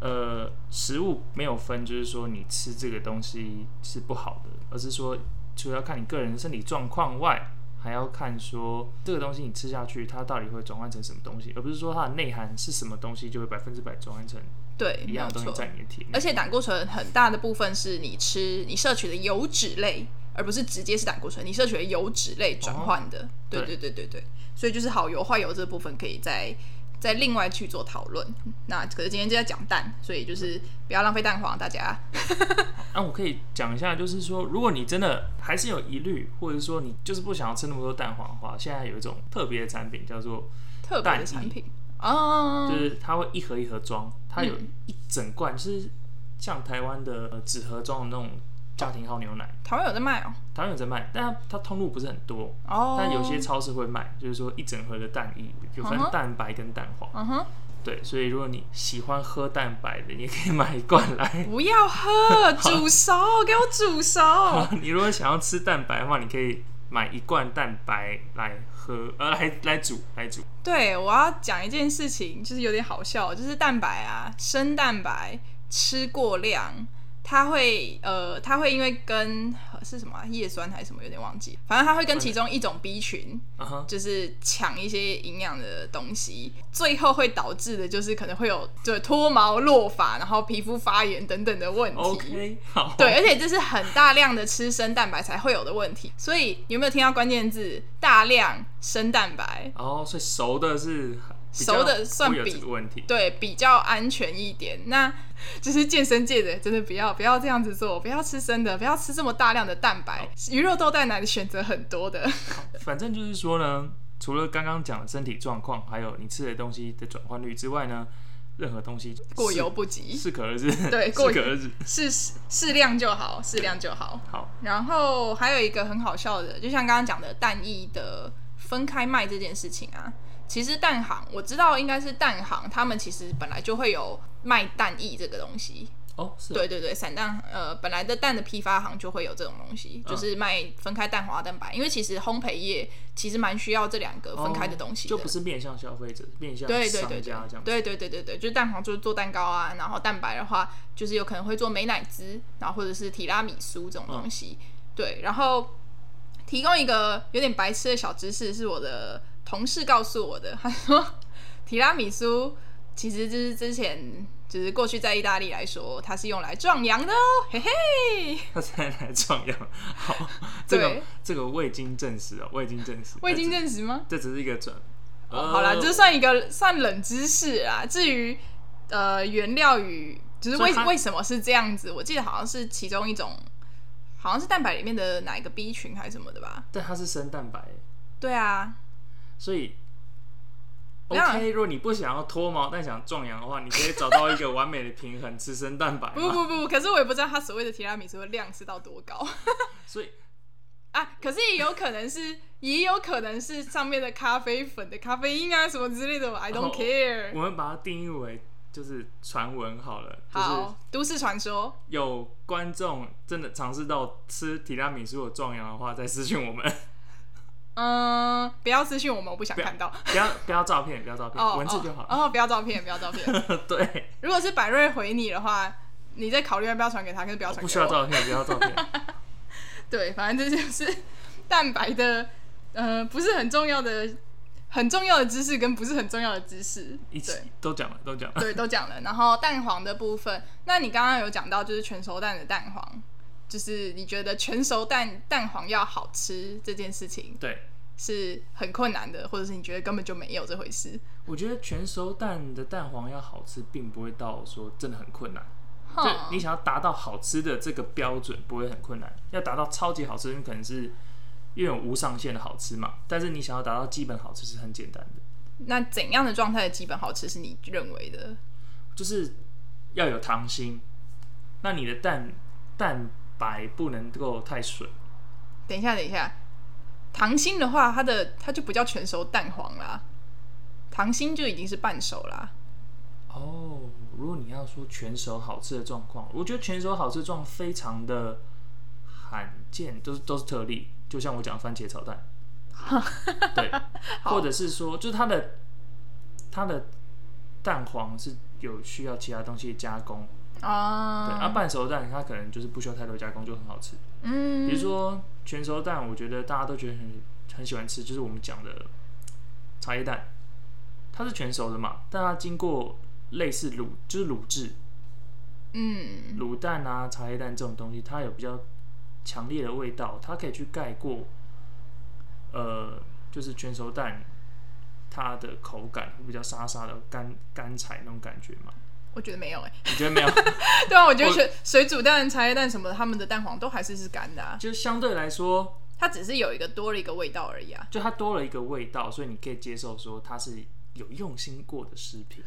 [SPEAKER 2] 呃，食物没有分，就是说你吃这个东西是不好的，而是说除了要看你个人的身体状况外，还要看说这个东西你吃下去，它到底会转换成什么东西，而不是说它的内涵是什么东西就会百分之百转换成
[SPEAKER 1] 对，没
[SPEAKER 2] 一
[SPEAKER 1] 有
[SPEAKER 2] 样的东西
[SPEAKER 1] 错。
[SPEAKER 2] 在你的体内
[SPEAKER 1] 而。且胆固醇很大的部分是你吃你摄取的油脂类，而不是直接是胆固醇，你摄取的油脂类转换
[SPEAKER 2] 哦
[SPEAKER 1] 的。对对
[SPEAKER 2] 对
[SPEAKER 1] 对对对，所以就是好油坏油这部分可以再再另外去做讨论。那可是今天就在讲蛋，所以就是不要浪费蛋黄，大家。
[SPEAKER 2] 那、我可以讲一下，就是说，如果你真的还是有疑虑，或者说你就是不想要吃那么多蛋黄的话，现在有一种特别的产品叫做
[SPEAKER 1] 特别
[SPEAKER 2] 蛋
[SPEAKER 1] 的
[SPEAKER 2] 液
[SPEAKER 1] 产品哦
[SPEAKER 2] 就，是它会一盒一盒装，它有一整罐，就是像台湾的呃纸盒装的那种家庭号牛奶，
[SPEAKER 1] 台湾有在卖哦。
[SPEAKER 2] 台湾有在卖，但它它通路不是很多，
[SPEAKER 1] 哦，
[SPEAKER 2] 但有些超市会卖，就是说一整盒的蛋液，有
[SPEAKER 1] 嗯
[SPEAKER 2] 分
[SPEAKER 1] 哼
[SPEAKER 2] 蛋白跟蛋黄，
[SPEAKER 1] 嗯哼，
[SPEAKER 2] 对，所以如果你喜欢喝蛋白的，你也可以买一罐来。
[SPEAKER 1] 不要 喝，煮熟，给我煮熟。
[SPEAKER 2] 你如果想要吃蛋白的话，你可以买一罐蛋白来喝，呃，来来煮来煮。
[SPEAKER 1] 对，我要讲一件事情，就是有点好笑，就是蛋白啊，生蛋白吃过量，它会呃，它会因为跟是什么、啊、叶酸还是什么，有点忘记，反正它会跟其中一种 B 群
[SPEAKER 2] 啊哈，
[SPEAKER 1] 就是抢一些营养的东西，最后会导致的就是可能会有就脱毛、落发，然后皮肤发炎等等的问题。
[SPEAKER 2] OK，好，
[SPEAKER 1] 对，而且这是很大量的吃生蛋白才会有的问题，所以你有没有听到关键字？大量生蛋白，
[SPEAKER 2] 哦，所以熟的是比较
[SPEAKER 1] 熟的算
[SPEAKER 2] 不会有
[SPEAKER 1] 比
[SPEAKER 2] 这个问题。
[SPEAKER 1] 对比较安全一点。那 就是健身界的真的不要不要这样子做，不要吃生的，不要吃这么大量的蛋白，鱼肉豆蛋奶的选择很多的。
[SPEAKER 2] 反正就是说呢，除了刚刚讲的身体状况，还有你吃的东西的转换率之外呢，任何东西
[SPEAKER 1] 过犹
[SPEAKER 2] 适
[SPEAKER 1] 不及，
[SPEAKER 2] 适可而止，
[SPEAKER 1] 对过
[SPEAKER 2] 适
[SPEAKER 1] 犹
[SPEAKER 2] 可而止。
[SPEAKER 1] 适适量就好，适量就好。
[SPEAKER 2] 好，
[SPEAKER 1] 然后还有一个很好笑的，就像刚刚讲的蛋液的分开卖这件事情啊，其实蛋行我知道应该是蛋行，他们其实本来就会有卖蛋液这个东西，
[SPEAKER 2] 哦，是
[SPEAKER 1] 对对对，散蛋呃，本来的蛋的批发行就会有这种东西，
[SPEAKER 2] 嗯
[SPEAKER 1] 就是卖分开蛋黄和蛋白，因为其实烘焙业其实蛮需要这两个
[SPEAKER 2] 哦
[SPEAKER 1] 分开的东西的。
[SPEAKER 2] 就不是面向消费者，面向
[SPEAKER 1] 对对对
[SPEAKER 2] 商
[SPEAKER 1] 对
[SPEAKER 2] 家这样。
[SPEAKER 1] 对对对对对，就是蛋黄就是做蛋糕啊，然后蛋白的话就是有可能会做美乃滋，然后或者是提拉米苏这种
[SPEAKER 2] 嗯
[SPEAKER 1] 东西。对，然后提供一个有点白痴的小知识，是我的同事告诉我的，他说提拉米苏其实就是之前。就是过去在意大利来说，它是用来壮阳的哦，嘿嘿。
[SPEAKER 2] 他才来壮阳。好，这
[SPEAKER 1] 对
[SPEAKER 2] 个这个未经证实哦，未经证实，
[SPEAKER 1] 未经
[SPEAKER 2] 这
[SPEAKER 1] 证实吗？
[SPEAKER 2] 这只是一个转。
[SPEAKER 1] 哦，好啦，
[SPEAKER 2] 呃
[SPEAKER 1] 这算一个算冷知识啦。至于呃原料与就是
[SPEAKER 2] 所以
[SPEAKER 1] 为
[SPEAKER 2] 它
[SPEAKER 1] 为什么是这样子，我记得好像是其中一种，好像是蛋白里面的哪一个 B 群还是什么的吧？
[SPEAKER 2] 但它是生蛋白，
[SPEAKER 1] 对啊，
[SPEAKER 2] 所以。
[SPEAKER 1] 没有啊
[SPEAKER 2] OK，如果你不想要脱毛，但想壮阳的话，你可以找到一个完美的平衡，吃生蛋白
[SPEAKER 1] 不
[SPEAKER 2] 嘛。
[SPEAKER 1] 不不，可是我也不知道它所谓的提拉米苏的量是到多高
[SPEAKER 2] 所以
[SPEAKER 1] 啊。可是也有可能是， 也有可能是上面的咖啡粉的咖啡因啊什么之类的，I
[SPEAKER 2] 哦
[SPEAKER 1] don't care。
[SPEAKER 2] 我们把它定义为就是传闻好了，就是
[SPEAKER 1] 好，都市传说，
[SPEAKER 2] 有观众真的尝试到吃提拉米苏有壮阳的话，再私讯我们，
[SPEAKER 1] 嗯，不要私讯我们，我不想
[SPEAKER 2] 不要
[SPEAKER 1] 看到。
[SPEAKER 2] 不要不要照片，不要照片，
[SPEAKER 1] 哦，
[SPEAKER 2] 文字就好了。
[SPEAKER 1] 哦，哦不要照片，不要照片。
[SPEAKER 2] 对，
[SPEAKER 1] 如果是百瑞回你的话，你再考虑要不要传给他，可是不要传给我。
[SPEAKER 2] 哦不需要照片，不要照片。
[SPEAKER 1] 对，反正这就是蛋白的，呃，不是很重要的、很重要的知识跟不是很重要的知 识，
[SPEAKER 2] 一起
[SPEAKER 1] 对
[SPEAKER 2] 都讲了，都讲了。
[SPEAKER 1] 对都讲了。然后蛋黄的部分，那你刚刚有讲到就是全熟蛋的蛋黄，就是你觉得全熟蛋蛋黄要好吃这件事情
[SPEAKER 2] 对，
[SPEAKER 1] 是很困难的，或者是你觉得根本就没有这回事？
[SPEAKER 2] 我觉得全熟蛋的蛋黄要好吃，并不会到说真的很困难。
[SPEAKER 1] 哼
[SPEAKER 2] 就你想要达到好吃的这个标准，不会很困难。要达到超级好吃，你可能是因为有无上限的好吃嘛。但是你想要达到基本好吃是很简单的，
[SPEAKER 1] 那怎样的状态的基本好吃是你认为的？
[SPEAKER 2] 就是要有糖心。那你的蛋蛋白不能够太水，
[SPEAKER 1] 等一下，等一下，糖心的话，它的它就不叫全熟蛋黄啦，糖心就已经是半熟啦。
[SPEAKER 2] 哦，如果你要说全熟好吃的状况，我觉得全熟好吃的状况非常的罕见，都是都是特例。就像我讲番茄炒蛋，对，或者是说，就是它的它的蛋黄是有需要其他东西的加工，对，
[SPEAKER 1] 啊，
[SPEAKER 2] 啊，半熟蛋它可能就是不需要太多加工就很好吃。
[SPEAKER 1] 嗯，
[SPEAKER 2] 比如说全熟蛋，我觉得大家都觉得很很喜欢吃，就是我们讲的茶叶蛋，它是全熟的嘛，但它经过类似卤，就是卤制，
[SPEAKER 1] 嗯，
[SPEAKER 2] 卤蛋啊、茶叶蛋这种东西，它有比较强烈的味道，它可以去盖过，呃，就是全熟蛋它的口感会比较沙沙的干干柴那种感觉嘛？
[SPEAKER 1] 我觉得没有哎、
[SPEAKER 2] 你觉得没有？
[SPEAKER 1] 对啊，我觉得
[SPEAKER 2] 我
[SPEAKER 1] 水水煮蛋、茶叶蛋什么的，他们的蛋黄都还是是干的、啊，
[SPEAKER 2] 就相对来说，
[SPEAKER 1] 它只是有一个多了一个味道而已啊。
[SPEAKER 2] 就它多了一个味道，所以你可以接受说它是有用心过的食品。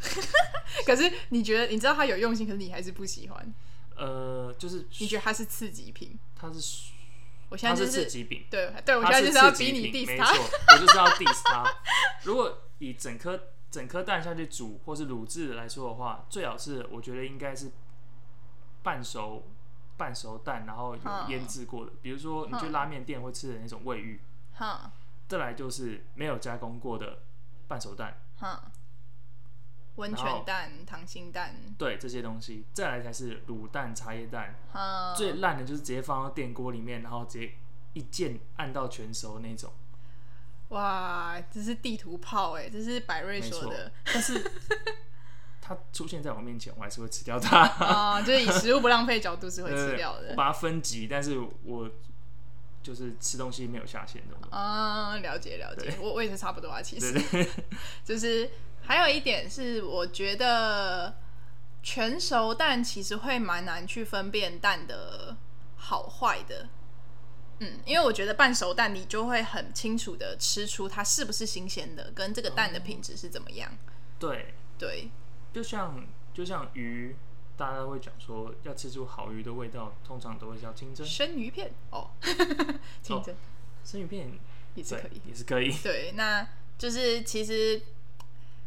[SPEAKER 1] 可是你觉得你知道它有用心，可是你还是不喜欢，
[SPEAKER 2] 呃，就是
[SPEAKER 1] 你觉得它是次级品？
[SPEAKER 2] 它是
[SPEAKER 1] 我现
[SPEAKER 2] 它
[SPEAKER 1] 在就是
[SPEAKER 2] 刺激饼，
[SPEAKER 1] 对对，我
[SPEAKER 2] 它
[SPEAKER 1] 现在就是是要
[SPEAKER 2] 刺激
[SPEAKER 1] 逼你
[SPEAKER 2] 品
[SPEAKER 1] diss
[SPEAKER 2] 没
[SPEAKER 1] 它。
[SPEAKER 2] 错，我就是要 diss 它。 如果以整颗整颗蛋下去煮或是卤制的来说的话，最好是我觉得应该是半熟半熟蛋，然后有
[SPEAKER 1] 嗯
[SPEAKER 2] 腌制过的，比如说你去拉面店会吃的那种卫浴。
[SPEAKER 1] 哈
[SPEAKER 2] 再来就是没有加工过的半熟蛋，
[SPEAKER 1] 哈，温
[SPEAKER 2] 然后
[SPEAKER 1] 泉蛋、溏心蛋，
[SPEAKER 2] 对这些东西，再来才是卤蛋、茶叶蛋。
[SPEAKER 1] 哈，
[SPEAKER 2] 最烂的就是直接放到电锅里面，然后直接一键按到全熟那种。
[SPEAKER 1] 哇，这是地图炮哎、这是百瑞
[SPEAKER 2] 没
[SPEAKER 1] 说
[SPEAKER 2] 错
[SPEAKER 1] 的，
[SPEAKER 2] 但是它出现在我面前，我还是会吃掉它。
[SPEAKER 1] 啊、就是以食物不浪费角度是会吃
[SPEAKER 2] 对
[SPEAKER 1] 掉
[SPEAKER 2] 我
[SPEAKER 1] 的。
[SPEAKER 2] 把它分级，但是我就是吃东西没有下限的。
[SPEAKER 1] 啊，了解了解，我我也是差不多啊，其
[SPEAKER 2] 对
[SPEAKER 1] 实
[SPEAKER 2] 对对，
[SPEAKER 1] 就是还有一点是，我觉得全熟蛋其实会蛮难去分辨蛋的好坏的。嗯，因为我觉得半熟蛋你就会很清楚的吃出它是不是新鲜的，跟这个蛋的品质是怎么样。
[SPEAKER 2] 对，
[SPEAKER 1] 对，
[SPEAKER 2] 就像就像鱼，大家会讲说要吃出好鱼的味道，通常都会叫清蒸
[SPEAKER 1] 生鱼片哦， 清蒸、
[SPEAKER 2] 生鱼片，
[SPEAKER 1] 也是
[SPEAKER 2] 哦对
[SPEAKER 1] 可以。
[SPEAKER 2] 也是可以。
[SPEAKER 1] 对，那就是其实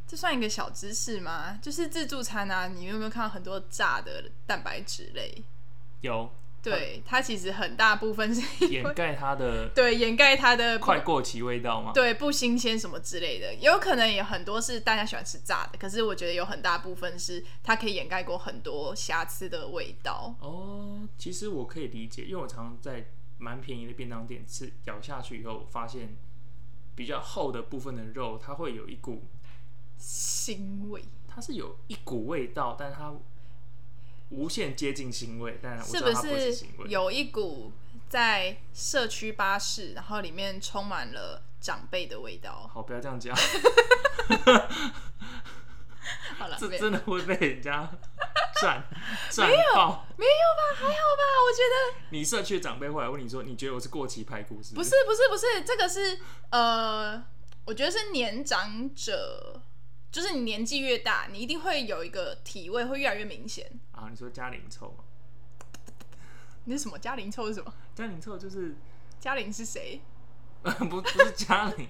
[SPEAKER 1] 这算一个小知识吗？就是自助餐啊，你有没有看到很多炸的蛋白质类？
[SPEAKER 2] 有
[SPEAKER 1] 对，它其实很大部分是因
[SPEAKER 2] 掩
[SPEAKER 1] 为
[SPEAKER 2] 盖它的
[SPEAKER 1] 对掩盖它的不
[SPEAKER 2] 快过期味道吗？
[SPEAKER 1] 对不新鲜什么之类的，有可能也很多是大家喜欢吃炸的，可是我觉得有很大部分是它可以掩盖过很多瑕疵的味道。
[SPEAKER 2] 哦，其实我可以理解，因为我常常在蛮便宜的便当店吃，咬下去以后发现比较厚的部分的肉，它会有一股，
[SPEAKER 1] 腥味
[SPEAKER 2] 它是有一股味道，但它无限接近腥味，但我知
[SPEAKER 1] 是
[SPEAKER 2] 道它不
[SPEAKER 1] 是
[SPEAKER 2] 腥味。
[SPEAKER 1] 有一股在社区巴士，然后里面充满了长辈的味道？
[SPEAKER 2] 好，不要这 样讲，
[SPEAKER 1] 好了，
[SPEAKER 2] 这
[SPEAKER 1] 没有
[SPEAKER 2] 真的会被人家 赚赚爆。
[SPEAKER 1] 没有吧？还好吧？我觉得
[SPEAKER 2] 你社区的长辈会来问你说，你觉得我是过期排骨是
[SPEAKER 1] 不
[SPEAKER 2] 不
[SPEAKER 1] 是？不是不是，这个是呃，我觉得是年长者，就是你年纪越大，你一定会有一个体味会越来越明显。
[SPEAKER 2] 啊，你说加龄臭吗？
[SPEAKER 1] 你是什么嘉玲臭是什么？
[SPEAKER 2] 加龄臭就是
[SPEAKER 1] 嘉玲是谁？
[SPEAKER 2] 不不是家里，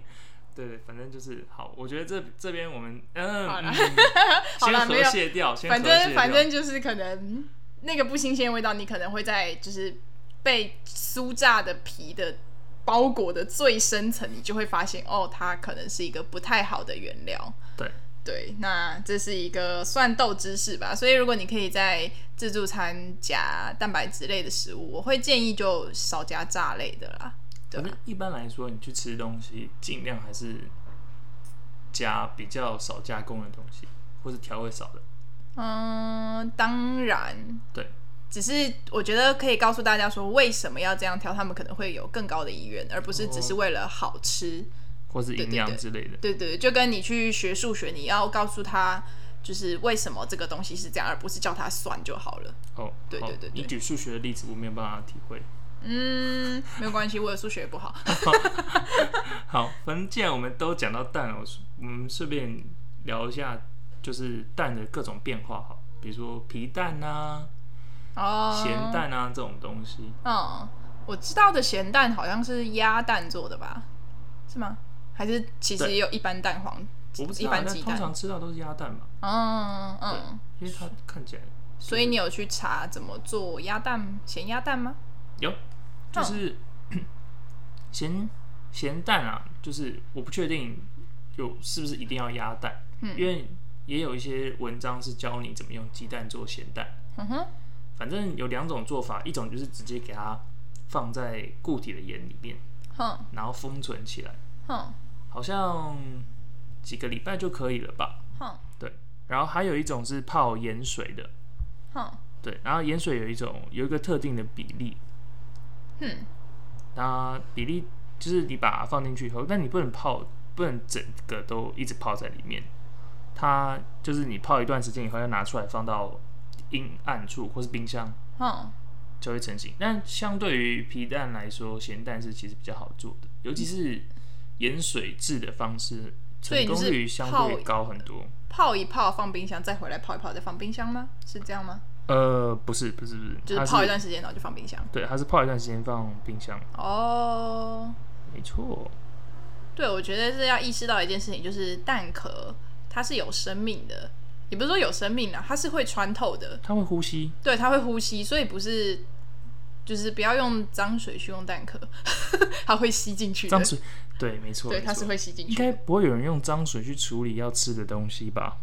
[SPEAKER 2] 对对，反正就是好。我觉得这这边我们嗯，
[SPEAKER 1] 好啦
[SPEAKER 2] 嗯
[SPEAKER 1] 好啦
[SPEAKER 2] 先
[SPEAKER 1] 没
[SPEAKER 2] 和
[SPEAKER 1] 有
[SPEAKER 2] 谐掉，先和
[SPEAKER 1] 反
[SPEAKER 2] 谐掉
[SPEAKER 1] 正反正就是可能那个不新鲜的味道，你可能会在就是被酥炸的皮的包裹的最深层，你就会发现哦，它可能是一个不太好的原料。
[SPEAKER 2] 对
[SPEAKER 1] 对，那这是一个算豆知识吧。所以如果你可以在自助餐加蛋白质类的食物，我会建议就少加炸类的啦。对
[SPEAKER 2] 反
[SPEAKER 1] 啊
[SPEAKER 2] 正一般来说，你去吃东西，尽量还是加比较少加工的东西，或是调味少的。
[SPEAKER 1] 嗯，当然，
[SPEAKER 2] 对，
[SPEAKER 1] 只是我觉得可以告诉大家说为什么要这样挑，他们可能会有更高的意愿，而不是只是为了好吃。
[SPEAKER 2] 或是营养之类的。
[SPEAKER 1] 对对，就跟你去学数学，你要告诉他就是为什么这个东西是这样，而不是叫他算就好了。
[SPEAKER 2] 哦，
[SPEAKER 1] 对
[SPEAKER 2] 好
[SPEAKER 1] 对对对
[SPEAKER 2] 你举数学的例子，我没有办法体会。
[SPEAKER 1] 嗯，没有关系，我的数学不好。
[SPEAKER 2] 好，反正既然我们都讲到蛋了，我顺我们顺便聊一下，就是蛋的各种变化，好，比如说皮蛋啊、
[SPEAKER 1] 哦，
[SPEAKER 2] 咸蛋啊这种东西，
[SPEAKER 1] 嗯，我知道的咸蛋好像是鸭蛋做的吧？是吗？还是其实
[SPEAKER 2] 对
[SPEAKER 1] 也有一般蛋黄？
[SPEAKER 2] 我不知
[SPEAKER 1] 一
[SPEAKER 2] 道，
[SPEAKER 1] 般
[SPEAKER 2] 但
[SPEAKER 1] 鸡
[SPEAKER 2] 通
[SPEAKER 1] 蛋
[SPEAKER 2] 常吃到都是鸭蛋吧，
[SPEAKER 1] 嗯嗯，
[SPEAKER 2] 因为它看起来
[SPEAKER 1] 所以你有去查怎么做鸭蛋咸鸭蛋吗？
[SPEAKER 2] 有，就是、 咸咸蛋啊，就是我不确定有是不是一定要鸭蛋，
[SPEAKER 1] 嗯
[SPEAKER 2] 因为也有一些文章是教你怎么用鸡蛋做咸蛋。
[SPEAKER 1] 嗯哼，
[SPEAKER 2] 反正有两种做法，一种就是直接给它放在固体的盐里面，
[SPEAKER 1] 哼
[SPEAKER 2] 然后封存起来，
[SPEAKER 1] 哼
[SPEAKER 2] 好像几个礼拜就可以了吧？
[SPEAKER 1] 哼
[SPEAKER 2] 对。然后还有一种是泡盐水的，
[SPEAKER 1] 哼，
[SPEAKER 2] 对。然后盐水有一种有一个特定的比例，
[SPEAKER 1] 嗯，
[SPEAKER 2] 那比例就是你把它放进去以后，但你不能泡，不能整个都一直泡在里面。它就是你泡一段时间以后，要拿出来放到阴暗处或是冰箱，
[SPEAKER 1] 哼
[SPEAKER 2] 就会成型。但相对于皮蛋来说，咸蛋是其实比较好做的，尤其是盐水制的方式，
[SPEAKER 1] 所
[SPEAKER 2] 成
[SPEAKER 1] 以你
[SPEAKER 2] 功
[SPEAKER 1] 是
[SPEAKER 2] 率相对高很多。
[SPEAKER 1] 泡一泡放冰箱，再回来泡一泡，再放冰箱吗？是这样吗？
[SPEAKER 2] 呃，不是不是不是，
[SPEAKER 1] 就是
[SPEAKER 2] 它
[SPEAKER 1] 泡一段时间，然后就放冰箱。
[SPEAKER 2] 对，它是泡一段时间放冰箱，
[SPEAKER 1] 哦，
[SPEAKER 2] 没错。
[SPEAKER 1] 对，我觉得是要意识到一件事情，就是蛋壳它是有生命的，也不是说有生命啦，它是会穿透的。
[SPEAKER 2] 它会呼吸，
[SPEAKER 1] 对，它会呼吸，所以不是就是不要用脏水去用蛋壳，它会吸进去的。
[SPEAKER 2] 脏水，对，没错，
[SPEAKER 1] 对，
[SPEAKER 2] 没
[SPEAKER 1] 它是
[SPEAKER 2] 错
[SPEAKER 1] 会吸进
[SPEAKER 2] 应
[SPEAKER 1] 去。
[SPEAKER 2] 该不会有人用脏水去处理要吃的东西吧？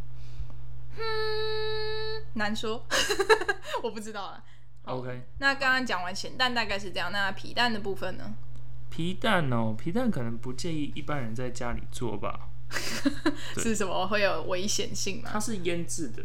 [SPEAKER 1] 难说， 我不知道啦。
[SPEAKER 2] OK，
[SPEAKER 1] 那刚刚讲完咸蛋大概是这样，那皮蛋的部分呢？
[SPEAKER 2] 皮蛋哦，皮蛋可能不建议一般人在家里做吧。对
[SPEAKER 1] 是什么会有危险性吗？
[SPEAKER 2] 它是腌制的，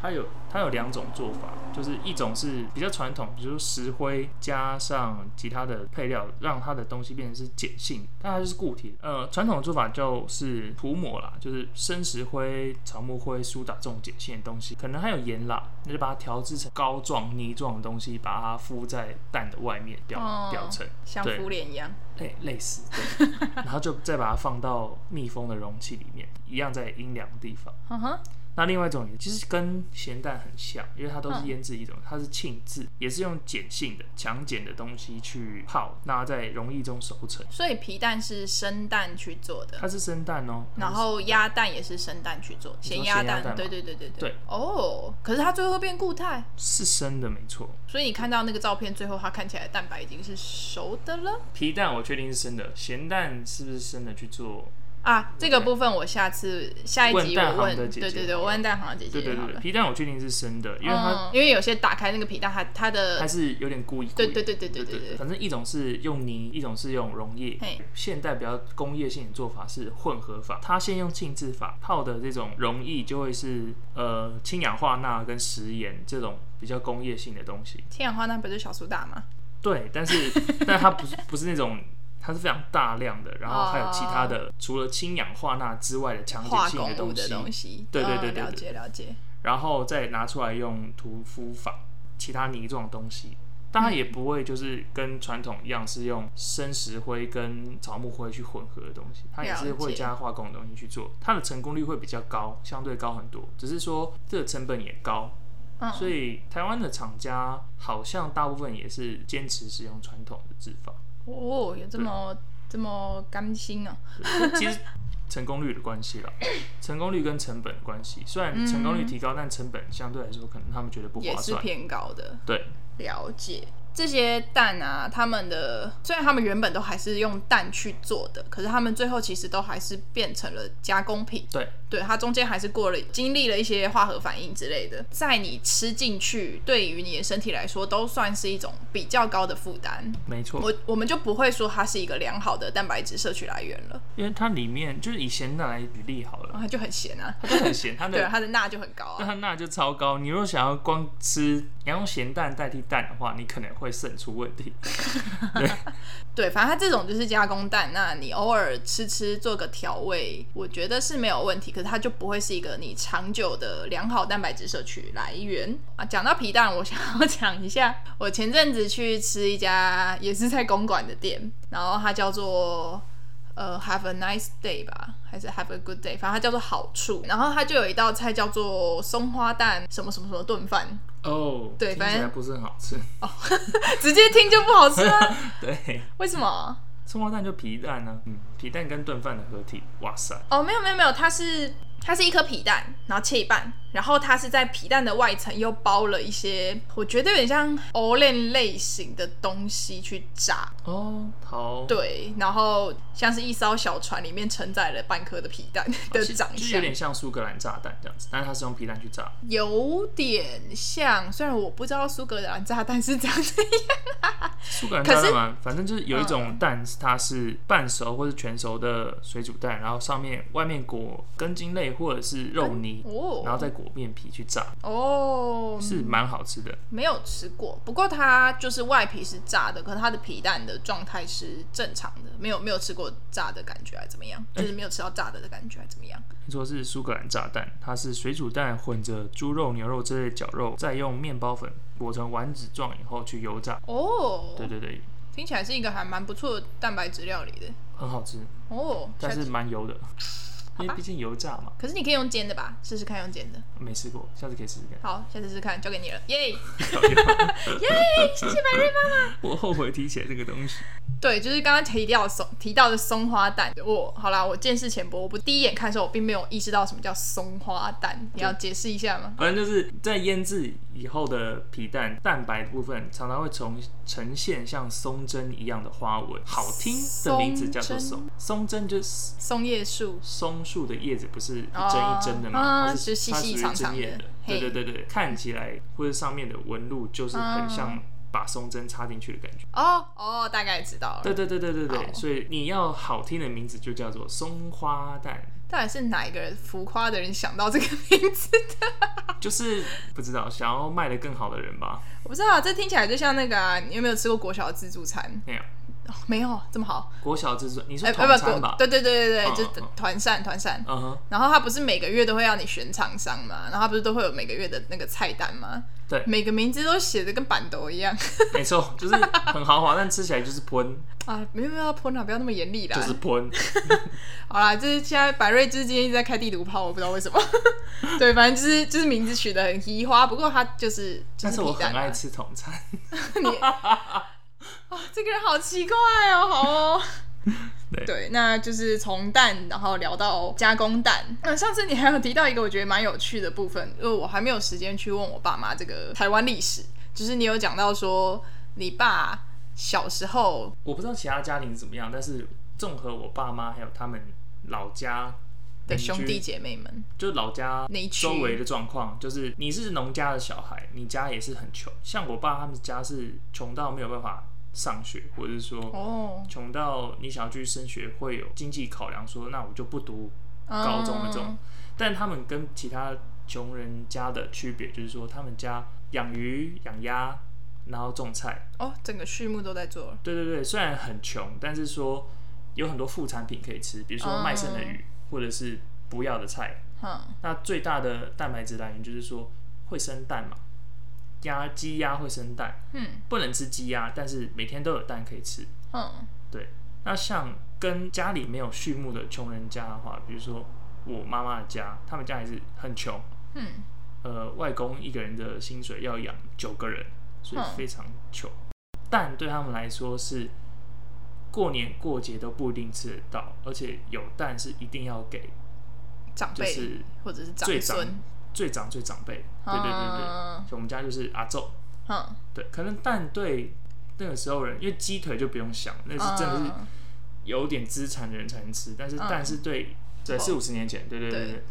[SPEAKER 2] 它有它有两种做法，就是一种是比较传统，比如说石灰加上其他的配料，让它的东西变成是碱性，但它就是固体的。呃，传统的做法就是涂抹啦，就是生石灰、草木灰、苏打这种碱性的东西，可能还有盐啦，那就把它调制成膏状、泥状的东西，把它敷在蛋的外面表
[SPEAKER 1] 哦
[SPEAKER 2] 表层，
[SPEAKER 1] 像
[SPEAKER 2] 对
[SPEAKER 1] 敷脸一样。
[SPEAKER 2] 类哎类似，对，然后就再把它放到密封的容器里面，一样在阴凉的地方。
[SPEAKER 1] 嗯哼，
[SPEAKER 2] 那另外一种也其实跟咸蛋很像，因为它
[SPEAKER 1] 嗯
[SPEAKER 2] 都是腌制一种，它是浸制，也是用碱性的强碱的东西去泡，那在溶液中熟成。
[SPEAKER 1] 所以皮蛋是生蛋去做的，
[SPEAKER 2] 它是生蛋哦，
[SPEAKER 1] 然后鸭蛋也是生蛋去做，
[SPEAKER 2] 说
[SPEAKER 1] 咸鸭
[SPEAKER 2] 咸鸭蛋
[SPEAKER 1] 蛋。
[SPEAKER 2] 吗
[SPEAKER 1] 对对对对
[SPEAKER 2] 对。
[SPEAKER 1] 哦，可是它最后会变固态，
[SPEAKER 2] 是生的没错。
[SPEAKER 1] 所以你看到那个照片，最后它看起来蛋白已经是熟的了。
[SPEAKER 2] 皮蛋我确定是生的，咸蛋是不是生的去做？
[SPEAKER 1] 啊，这个部分我下次下一集
[SPEAKER 2] 问蛋
[SPEAKER 1] 我
[SPEAKER 2] 行
[SPEAKER 1] 问，
[SPEAKER 2] 的姐姐
[SPEAKER 1] 对对对，
[SPEAKER 2] 好了
[SPEAKER 1] 我问蛋行的姐姐
[SPEAKER 2] 对对
[SPEAKER 1] 好
[SPEAKER 2] 对，
[SPEAKER 1] 了。
[SPEAKER 2] 皮蛋我确定是生的，因为它
[SPEAKER 1] 嗯，因为有些打开那个皮蛋，它它
[SPEAKER 2] 它
[SPEAKER 1] 的
[SPEAKER 2] 是有点故意。
[SPEAKER 1] 对
[SPEAKER 2] 故意
[SPEAKER 1] 对对对对对对
[SPEAKER 2] 反正一种是用泥，一种是用溶液
[SPEAKER 1] 嘿。
[SPEAKER 2] 现代比较工业性的做法是混合法，它先用浸渍法泡的这种溶液就会是呃氢氧化钠跟食盐这种比较工业性的东西。
[SPEAKER 1] 氢氧化钠不是小苏打吗？
[SPEAKER 2] 对，但是 但它不是不是那种。它是非常大量的，然后还有其他的除了氢氧化钠之外的强碱
[SPEAKER 1] 哦化
[SPEAKER 2] 性
[SPEAKER 1] 工物
[SPEAKER 2] 东
[SPEAKER 1] 的
[SPEAKER 2] 西，
[SPEAKER 1] 东西，
[SPEAKER 2] 对对
[SPEAKER 1] 嗯
[SPEAKER 2] 对对对
[SPEAKER 1] 了解了解。
[SPEAKER 2] 然后再拿出来用涂敷法，其他泥状的东西。当然也不会就是跟传统一样是用生石灰跟草木灰去混合的东西，它也是
[SPEAKER 1] 了
[SPEAKER 2] 会
[SPEAKER 1] 解
[SPEAKER 2] 加化工的东西去做，它的成功率会比较高，相对高很多。只是说这个成本也高，
[SPEAKER 1] 嗯，
[SPEAKER 2] 所以台湾的厂家好像大部分也是坚持使用传统的制 法，
[SPEAKER 1] 哦，有这么这么甘心哦。
[SPEAKER 2] 对其实成功率的关系啦，成功率跟成本的关系。虽然成功率提高，但成本相对来说可能他们觉得不
[SPEAKER 1] 也
[SPEAKER 2] 划
[SPEAKER 1] 是
[SPEAKER 2] 算。
[SPEAKER 1] 偏高的，
[SPEAKER 2] 对，
[SPEAKER 1] 了解。这些蛋啊，他们的虽然他们原本都还是用蛋去做的，可是他们最后其实都还是变成了加工品。
[SPEAKER 2] 对，
[SPEAKER 1] 对，它中间还是过了经历了一些化合反应之类的，在你吃进去，对于你的身体来说，都算是一种比较高的负担。
[SPEAKER 2] 没错，
[SPEAKER 1] 我我们就不会说它是一个良好的蛋白质摄取来源了，
[SPEAKER 2] 因为它里面就是以咸蛋来比例好
[SPEAKER 1] 然
[SPEAKER 2] 了，
[SPEAKER 1] 后它就很咸啊，
[SPEAKER 2] 它就很咸，它
[SPEAKER 1] 对，
[SPEAKER 2] 的
[SPEAKER 1] 它的钠就很高啊。
[SPEAKER 2] 那钠就超高。你如果想要光吃，你要用咸蛋代替蛋的话，你可能会肾出问题。
[SPEAKER 1] 对，反正它这种就是加工蛋，那你偶尔吃吃做个调味，我觉得是没有问题。可是它就不会是一个你长久的良好蛋白质摄取来源啊。讲到皮蛋，我想要讲一下，我前阵子去吃一家也是在公馆的店，然后它叫做呃 Have a nice day 吧，还是 Have a good day，反正它叫做好处。然后它就有一道菜叫做松花蛋什么什么什么炖饭，
[SPEAKER 2] 哦，
[SPEAKER 1] 对
[SPEAKER 2] 听
[SPEAKER 1] 反
[SPEAKER 2] 起来
[SPEAKER 1] 正
[SPEAKER 2] 不是很好吃。
[SPEAKER 1] 直接听就不好吃啊？
[SPEAKER 2] 对，
[SPEAKER 1] 为什么？
[SPEAKER 2] 松花蛋就皮蛋呢、嗯，皮蛋跟炖饭的合体，哇塞，
[SPEAKER 1] 哦，没有没有没有，它是它是一颗皮蛋，然后切一半，然后它是在皮蛋的外层又包了一些，我觉得有点像 o l e n 类型的东西去炸，
[SPEAKER 2] 哦，好，
[SPEAKER 1] 对，然后像是一艘小船里面承载了半颗的皮蛋的
[SPEAKER 2] 哦其实
[SPEAKER 1] 长
[SPEAKER 2] 就是有
[SPEAKER 1] 相，
[SPEAKER 2] 点像苏格兰炸弹这样子，但是它是用皮蛋去炸。
[SPEAKER 1] 有点像，虽然我不知道苏格兰炸弹是长怎样，
[SPEAKER 2] 苏格兰
[SPEAKER 1] 可
[SPEAKER 2] 炸
[SPEAKER 1] 是
[SPEAKER 2] 弹嘛，反正就是有一种蛋，它是半熟或是全熟的水煮蛋，然后上面外面裹根茎类或者是肉泥，
[SPEAKER 1] 哦，
[SPEAKER 2] 然后再裹面皮去炸，
[SPEAKER 1] 哦，
[SPEAKER 2] 是蛮好吃的。
[SPEAKER 1] 没有吃过，不过它就是外皮是炸的，可是它的皮蛋的状态是正常的，没有没有吃过炸的感觉，还怎么样？就是没有吃到炸的的感觉，还怎么样？
[SPEAKER 2] 听说是苏格兰炸弹，它是水煮蛋混着猪肉、牛肉这类绞肉，再用面包粉裹成丸子状以后去油炸。
[SPEAKER 1] 哦，
[SPEAKER 2] 对对对，
[SPEAKER 1] 听起来是一个还蛮不错的蛋白质料理的
[SPEAKER 2] 很好吃，
[SPEAKER 1] 哦。
[SPEAKER 2] 但
[SPEAKER 1] 下
[SPEAKER 2] 是
[SPEAKER 1] 次
[SPEAKER 2] 蛮油的，因为
[SPEAKER 1] 吧
[SPEAKER 2] 毕竟油炸嘛，
[SPEAKER 1] 可是你可以用煎的吧，试试看用煎的。
[SPEAKER 2] 没试过，下次可以试试看。
[SPEAKER 1] 好，下次试试看，交给你了，耶、
[SPEAKER 2] 耶，谢谢白瑞妈妈。 我后悔提起来这个东西。
[SPEAKER 1] 对，就是刚刚提到的松提到的松花蛋，我好啦，我见识浅薄，我不第一眼看的时候，我并没有意识到什么叫松花蛋，你要解释一下吗？
[SPEAKER 2] 反正就是在腌制以后的皮蛋蛋白部分，常常会从呈现像松针一样的花纹。好听的名字叫做松松针，就是
[SPEAKER 1] 松叶树，
[SPEAKER 2] 松树的叶子，不是一针一针的吗？
[SPEAKER 1] 哦
[SPEAKER 2] 它
[SPEAKER 1] 就是细
[SPEAKER 2] 它
[SPEAKER 1] 细
[SPEAKER 2] 属于
[SPEAKER 1] 长
[SPEAKER 2] 针
[SPEAKER 1] 长
[SPEAKER 2] 叶
[SPEAKER 1] 的
[SPEAKER 2] 的。
[SPEAKER 1] 嘿
[SPEAKER 2] 对对对对，看起来或者上面的纹路就是很像把松针插进去的感觉。
[SPEAKER 1] 啊哦哦，大概知道了。
[SPEAKER 2] 对对对对对
[SPEAKER 1] 好
[SPEAKER 2] 对，所以你要好听的名字就叫做松花蛋。
[SPEAKER 1] 到底是哪一个人浮夸的人想到这个名字？
[SPEAKER 2] 就是不知道想要卖的更好的人吧？
[SPEAKER 1] 我不知道，这听起来就像那个、啊，你有没有吃过国小的自助餐？
[SPEAKER 2] 没有，
[SPEAKER 1] 哦、没有这么好，
[SPEAKER 2] 国小制作，你说
[SPEAKER 1] 哎、
[SPEAKER 2] 团
[SPEAKER 1] 不不
[SPEAKER 2] 餐吧
[SPEAKER 1] 国，？对对对对对，
[SPEAKER 2] 嗯
[SPEAKER 1] 就是
[SPEAKER 2] 嗯嗯
[SPEAKER 1] 团膳团膳。
[SPEAKER 2] 嗯哼，
[SPEAKER 1] 然后他不是每个月都会让你选厂商嘛，然后他不是都会有每个月的那个菜单吗？
[SPEAKER 2] 对
[SPEAKER 1] 每个名字都写的跟板豆一样
[SPEAKER 2] 没错，就是很豪华，但吃起来就是喷，
[SPEAKER 1] 啊！没有没有要泼啊，不要那么严厉啦。
[SPEAKER 2] 就是 喷。
[SPEAKER 1] 好啦，就是现在百瑞就是今天一直在开地图炮，我不知道为什么。 对，反正就是就是名字取得很移花，不过他就是就
[SPEAKER 2] 但
[SPEAKER 1] 是
[SPEAKER 2] 是我
[SPEAKER 1] 皮蛋
[SPEAKER 2] 很
[SPEAKER 1] 啊、
[SPEAKER 2] 爱吃统餐，
[SPEAKER 1] 这个人好奇怪哦，好哦。
[SPEAKER 2] 对
[SPEAKER 1] 那就是从蛋，然后聊到加工蛋。那上次你还有提到一个我觉得蛮有趣的部分，因为我还没有时间去问我爸妈这个台湾历史，就是你有讲到说你爸小时候，
[SPEAKER 2] 我不知道其他家庭是怎么样，但是综合我爸妈还有他们老家
[SPEAKER 1] 的
[SPEAKER 2] 邻居
[SPEAKER 1] 兄弟，姐妹们
[SPEAKER 2] 就是老家
[SPEAKER 1] 那一区
[SPEAKER 2] 周围的状况，就是你是农家的小孩，你家也是很穷，像我爸他们家是穷到没有办法上学，或者是说
[SPEAKER 1] 哦，
[SPEAKER 2] 穷到你想要去升学会有经济考量说那我就不读高中的这种。
[SPEAKER 1] 嗯
[SPEAKER 2] 但他们跟其他穷人家的区别就是说，他们家养鱼、养鸭，然后种菜。
[SPEAKER 1] 哦，整个畜牧都在做了，
[SPEAKER 2] 对对对，虽然很穷，但是说有很多副产品可以吃，比如说卖剩的鱼，或者是不要的菜。
[SPEAKER 1] 嗯，
[SPEAKER 2] 那最大的蛋白质来源就是说会生蛋嘛，鸭、鸡、鸭会生蛋。
[SPEAKER 1] 嗯，
[SPEAKER 2] 不能吃鸡鸭，但是每天都有蛋可以吃。
[SPEAKER 1] 嗯，
[SPEAKER 2] 对，那像跟家里没有畜牧的穷人家的话，比如说我妈妈的家，他们家也是很穷，
[SPEAKER 1] 嗯，
[SPEAKER 2] 呃，外公一个人的薪水要养九个人，所以
[SPEAKER 1] 嗯
[SPEAKER 2] 非常穷。蛋对他们来说是过年过节都不一定吃得到，而且有蛋是一定要给
[SPEAKER 1] 长
[SPEAKER 2] 就
[SPEAKER 1] 辈、
[SPEAKER 2] 是
[SPEAKER 1] 或者是长
[SPEAKER 2] 最长
[SPEAKER 1] 孙，
[SPEAKER 2] 最长最长辈。对对对对，
[SPEAKER 1] 嗯
[SPEAKER 2] 所以我们家就是阿昼。
[SPEAKER 1] 嗯
[SPEAKER 2] 对，可能蛋对那个时候人，因为鸡腿就不用想，那是真的是
[SPEAKER 1] 嗯
[SPEAKER 2] 有点资产的人才能吃，但是
[SPEAKER 1] 嗯
[SPEAKER 2] 但是对对
[SPEAKER 1] 哦
[SPEAKER 2] 四五十年前，对对对对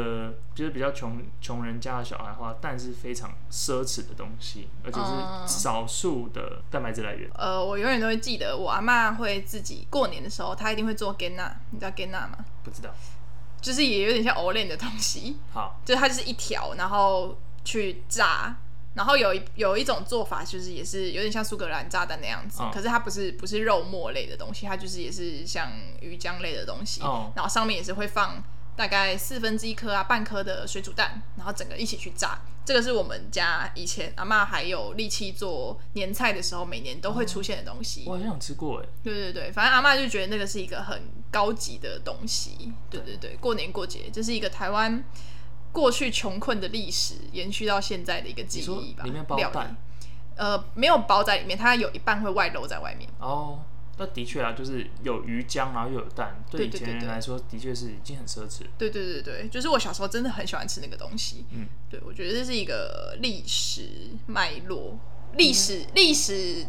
[SPEAKER 2] 的，就是比较穷穷人家的小孩的话，蛋是非常奢侈的东西，而且
[SPEAKER 1] 嗯
[SPEAKER 2] 是少数的蛋白质来源。
[SPEAKER 1] 呃，我永远都会记得，我阿妈会自己过年的时候，她一定会做 g e n a 你知道 g e n a 吗？
[SPEAKER 2] 不知道，
[SPEAKER 1] 就是也有点像 o l e n 的东西，
[SPEAKER 2] 好，
[SPEAKER 1] 就是它就是一条，然后去炸。然后有一有一种做法，就是也是有点像苏格兰炸弹那样子，
[SPEAKER 2] 嗯
[SPEAKER 1] 可是它不是不是肉末类的东西，它就是也是像鱼浆类的东西。
[SPEAKER 2] 哦
[SPEAKER 1] 然后上面也是会放大概四分之一颗啊半颗的水煮蛋，然后整个一起去炸。这个是我们家以前阿嬷还有力气做年菜的时候，每年都会出现的东西。
[SPEAKER 2] 我好像有吃过哎，
[SPEAKER 1] 对对对，反正阿嬷就觉得那个是一个很高级的东西。对对对，过年过节，这是一个台湾过去穷困的历史延续到现在的一个记
[SPEAKER 2] 你说
[SPEAKER 1] 忆吧。
[SPEAKER 2] 里面包
[SPEAKER 1] 料理
[SPEAKER 2] 蛋
[SPEAKER 1] 呃，没有包在里面，它有一半会外露在外面。
[SPEAKER 2] 哦。那的确啊，就是有鱼浆，然后又有蛋，对
[SPEAKER 1] 对
[SPEAKER 2] 以
[SPEAKER 1] 对
[SPEAKER 2] 前
[SPEAKER 1] 对
[SPEAKER 2] 人
[SPEAKER 1] 对
[SPEAKER 2] 来说，的确是已经很奢侈。
[SPEAKER 1] 对对对对，就是我小时候真的很喜欢吃那个东西。
[SPEAKER 2] 嗯，
[SPEAKER 1] 对，我觉得这是一个历史脉络、历
[SPEAKER 2] 嗯
[SPEAKER 1] 史历、史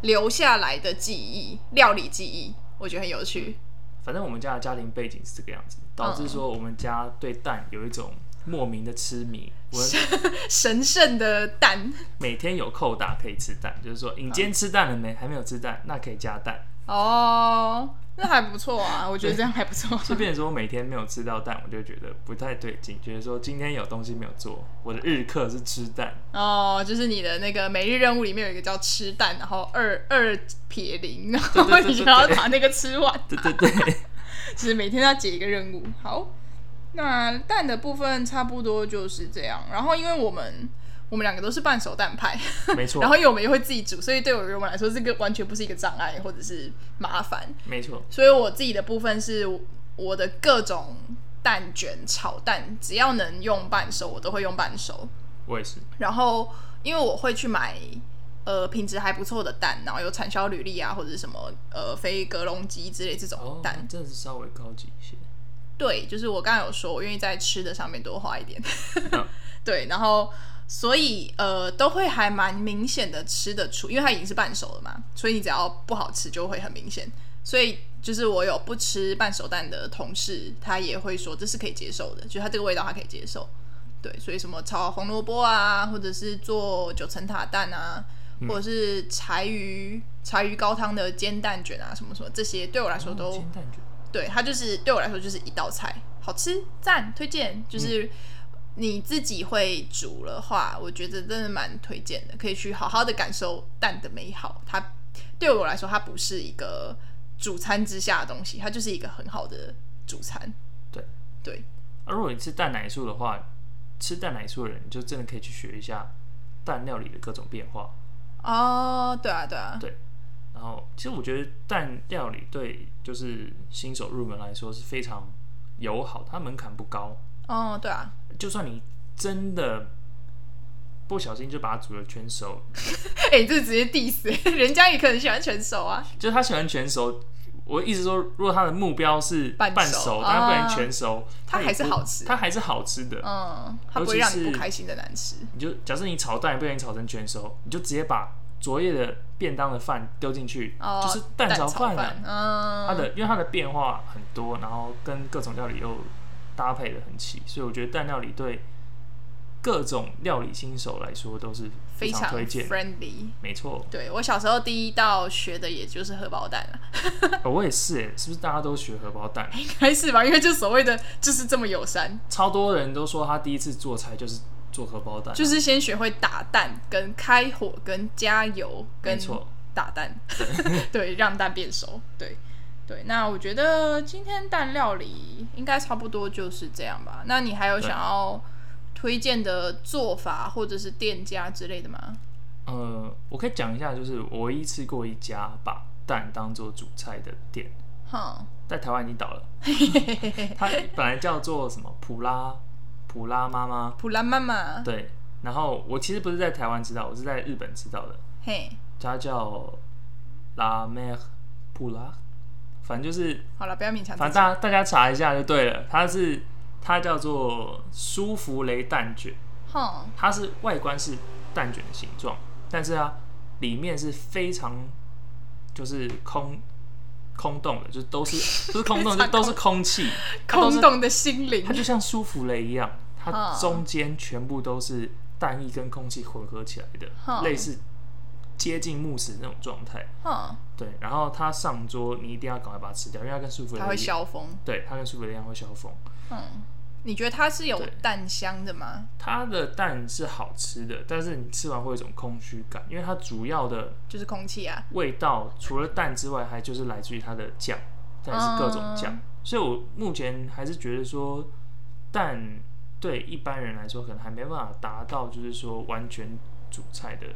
[SPEAKER 1] 留下来的记忆，料理记忆，我觉得很有趣。
[SPEAKER 2] 反正我们家的家庭背景是这个样子，导
[SPEAKER 1] 嗯
[SPEAKER 2] 致说我们家对蛋有一种莫名的痴迷。 我
[SPEAKER 1] 神圣的蛋
[SPEAKER 2] 每天有扣打可以吃蛋，就是说你今天吃蛋了没？还没有吃蛋，那可以加蛋。
[SPEAKER 1] 哦，那还不错啊，我觉得这样还不 错。
[SPEAKER 2] 就变成说我每天没有吃到蛋，我就觉得不太对劲，觉得说今天有东西没有做，我的日课是吃蛋。
[SPEAKER 1] 哦，就是你的那个每日任务里面有一个叫吃蛋，然后二二撇零，然后
[SPEAKER 2] 对对对
[SPEAKER 1] 你就要把那个吃 完。
[SPEAKER 2] 对对对，
[SPEAKER 1] 就是每天要解一个任务。好，那蛋的部分差不多就是这样。然后因为我们我们两个都是半熟蛋派，
[SPEAKER 2] 没错
[SPEAKER 1] 然，后因为我们也会自己煮，所以对我我们来说这个完全不是一个障碍或者是麻烦。
[SPEAKER 2] 没错。
[SPEAKER 1] 所以我自己的部分是我的各种蛋卷、炒蛋，只要能用半熟，我都会用半熟。
[SPEAKER 2] 我也是，
[SPEAKER 1] 然后因为我会去买呃品质还不错的蛋，然后有产销履历啊，或者是什么呃非格隆鸡之类这种
[SPEAKER 2] 哦，
[SPEAKER 1] 蛋。
[SPEAKER 2] 真的是稍微高级一些。
[SPEAKER 1] 对，就是我刚刚有说，我愿意在吃的上面多花一点。
[SPEAKER 2] 嗯
[SPEAKER 1] 对，然后所以呃，都会还蛮明显的吃得出，因为它已经是半熟了嘛，所以你只要不好吃就会很明显。所以就是我有不吃半熟蛋的同事，他也会说这是可以接受的，就是它这个味道他可以接受。对，所以什么炒红萝卜啊，或者是做九层塔蛋啊，或者
[SPEAKER 2] 嗯
[SPEAKER 1] 是柴鱼柴鱼高汤的煎蛋卷啊，什么什么这些，对我来说
[SPEAKER 2] 哦
[SPEAKER 1] 都、
[SPEAKER 2] 煎蛋卷，
[SPEAKER 1] 对，它就是对我来说就是一道菜，好吃，赞，推荐。就是你自己会煮的话，我觉得真的蛮推荐的，可以去好好的感受蛋的美好。它对我来说，它不是一个主餐之下的东西，它就是一个很好的主餐。
[SPEAKER 2] 对
[SPEAKER 1] 对，
[SPEAKER 2] 啊而如果你吃蛋奶素的话，吃蛋奶素的人你就真的可以去学一下蛋料理的各种变化。
[SPEAKER 1] 哦，对啊，对啊，
[SPEAKER 2] 对然后，其实我觉得蛋料理对就是新手入门来说是非常友好，它门槛不高。
[SPEAKER 1] 哦，对啊，
[SPEAKER 2] 就算你真的不小心就把它煮了全熟，
[SPEAKER 1] 哎、这直接 diss，欸 人家也可能喜欢全熟啊。
[SPEAKER 2] 就是他喜欢全熟。我意思说，如果他的目标是
[SPEAKER 1] 半熟
[SPEAKER 2] 半熟，但他不能全熟，
[SPEAKER 1] 它
[SPEAKER 2] 也
[SPEAKER 1] 还是
[SPEAKER 2] 不
[SPEAKER 1] 好吃
[SPEAKER 2] 它还是好吃的。
[SPEAKER 1] 嗯，它不
[SPEAKER 2] 尤
[SPEAKER 1] 会
[SPEAKER 2] 其
[SPEAKER 1] 让你
[SPEAKER 2] 是
[SPEAKER 1] 不开心的难吃。
[SPEAKER 2] 你就假设你炒蛋不小心炒成全熟，你就直接把昨夜的便当的饭丢进去，
[SPEAKER 1] 哦，
[SPEAKER 2] 就是
[SPEAKER 1] 蛋
[SPEAKER 2] 炒
[SPEAKER 1] 饭、
[SPEAKER 2] 饭啊。
[SPEAKER 1] 嗯，
[SPEAKER 2] 它的因为它的变化很多，然后跟各种料理又搭配的很齐，所以我觉得蛋料理对各种料理新手来说都是
[SPEAKER 1] 非
[SPEAKER 2] 常
[SPEAKER 1] 常
[SPEAKER 2] 推荐。
[SPEAKER 1] friendly。
[SPEAKER 2] 没错、
[SPEAKER 1] 对我小时候第一道学的也就是荷包蛋了，啊
[SPEAKER 2] 哦我也是哎，是不是大家都学荷包蛋？
[SPEAKER 1] 应该是吧？因为就所谓的就是这么友善，
[SPEAKER 2] 超多人都说他第一次做菜就是做荷包蛋，
[SPEAKER 1] 就是先学会打蛋、跟开火、跟加油、
[SPEAKER 2] 没
[SPEAKER 1] 跟
[SPEAKER 2] 错。
[SPEAKER 1] 打蛋， 对，让蛋变熟，对。对，那我觉得今天蛋料理应该差不多就是这样吧。那你还有
[SPEAKER 2] 对
[SPEAKER 1] 想要推荐的做法或者是店家之类的吗？
[SPEAKER 2] 呃，我可以讲一下，就是我唯一吃过一家把蛋当做主菜的店，
[SPEAKER 1] 哼，
[SPEAKER 2] 在台湾已经倒 了。它本来叫做什么普拉普拉妈妈，
[SPEAKER 1] 普兰妈妈，
[SPEAKER 2] 对，然后我其实不是在台湾吃到，我是在日本吃到的，
[SPEAKER 1] 嘿，
[SPEAKER 2] 它叫拉梅普拉，反正就是，
[SPEAKER 1] 好了，不要勉强自
[SPEAKER 2] 反正
[SPEAKER 1] 己。
[SPEAKER 2] 大家大家查一下就对了。它是它叫做舒芙蕾蛋卷，
[SPEAKER 1] 哼，
[SPEAKER 2] 它是外观是蛋卷的形状，但是啊，里面是非常就是空空洞的，就 都是不是空洞，
[SPEAKER 1] 非
[SPEAKER 2] 就
[SPEAKER 1] 常
[SPEAKER 2] 都是空气，它都
[SPEAKER 1] 空
[SPEAKER 2] 是，
[SPEAKER 1] 洞的心灵
[SPEAKER 2] 它，就像舒芙蕾一样，它
[SPEAKER 1] 嗯
[SPEAKER 2] 中间全部都是氮液跟空气混合起来的，
[SPEAKER 1] 嗯
[SPEAKER 2] 类似接近慕斯那种状态。
[SPEAKER 1] 嗯，
[SPEAKER 2] 对，然后它上桌，你一定要赶快把它吃掉，因为它跟舒芙蕾
[SPEAKER 1] 它会
[SPEAKER 2] 一样，
[SPEAKER 1] 消风。
[SPEAKER 2] 对，它跟舒芙蕾一样会消风。
[SPEAKER 1] 嗯，你觉得它是有
[SPEAKER 2] 对
[SPEAKER 1] 淡香的吗？
[SPEAKER 2] 它的蛋是好吃的，但是你吃完会有一种空虚感，因为它主要的
[SPEAKER 1] 就是空气啊，
[SPEAKER 2] 味道除了蛋之外，还就是来自于它的酱，它也是各种酱。
[SPEAKER 1] 嗯
[SPEAKER 2] 所以我目前还是觉得说，蛋对一般人来说可能还没办法达到，就是说完全煮菜的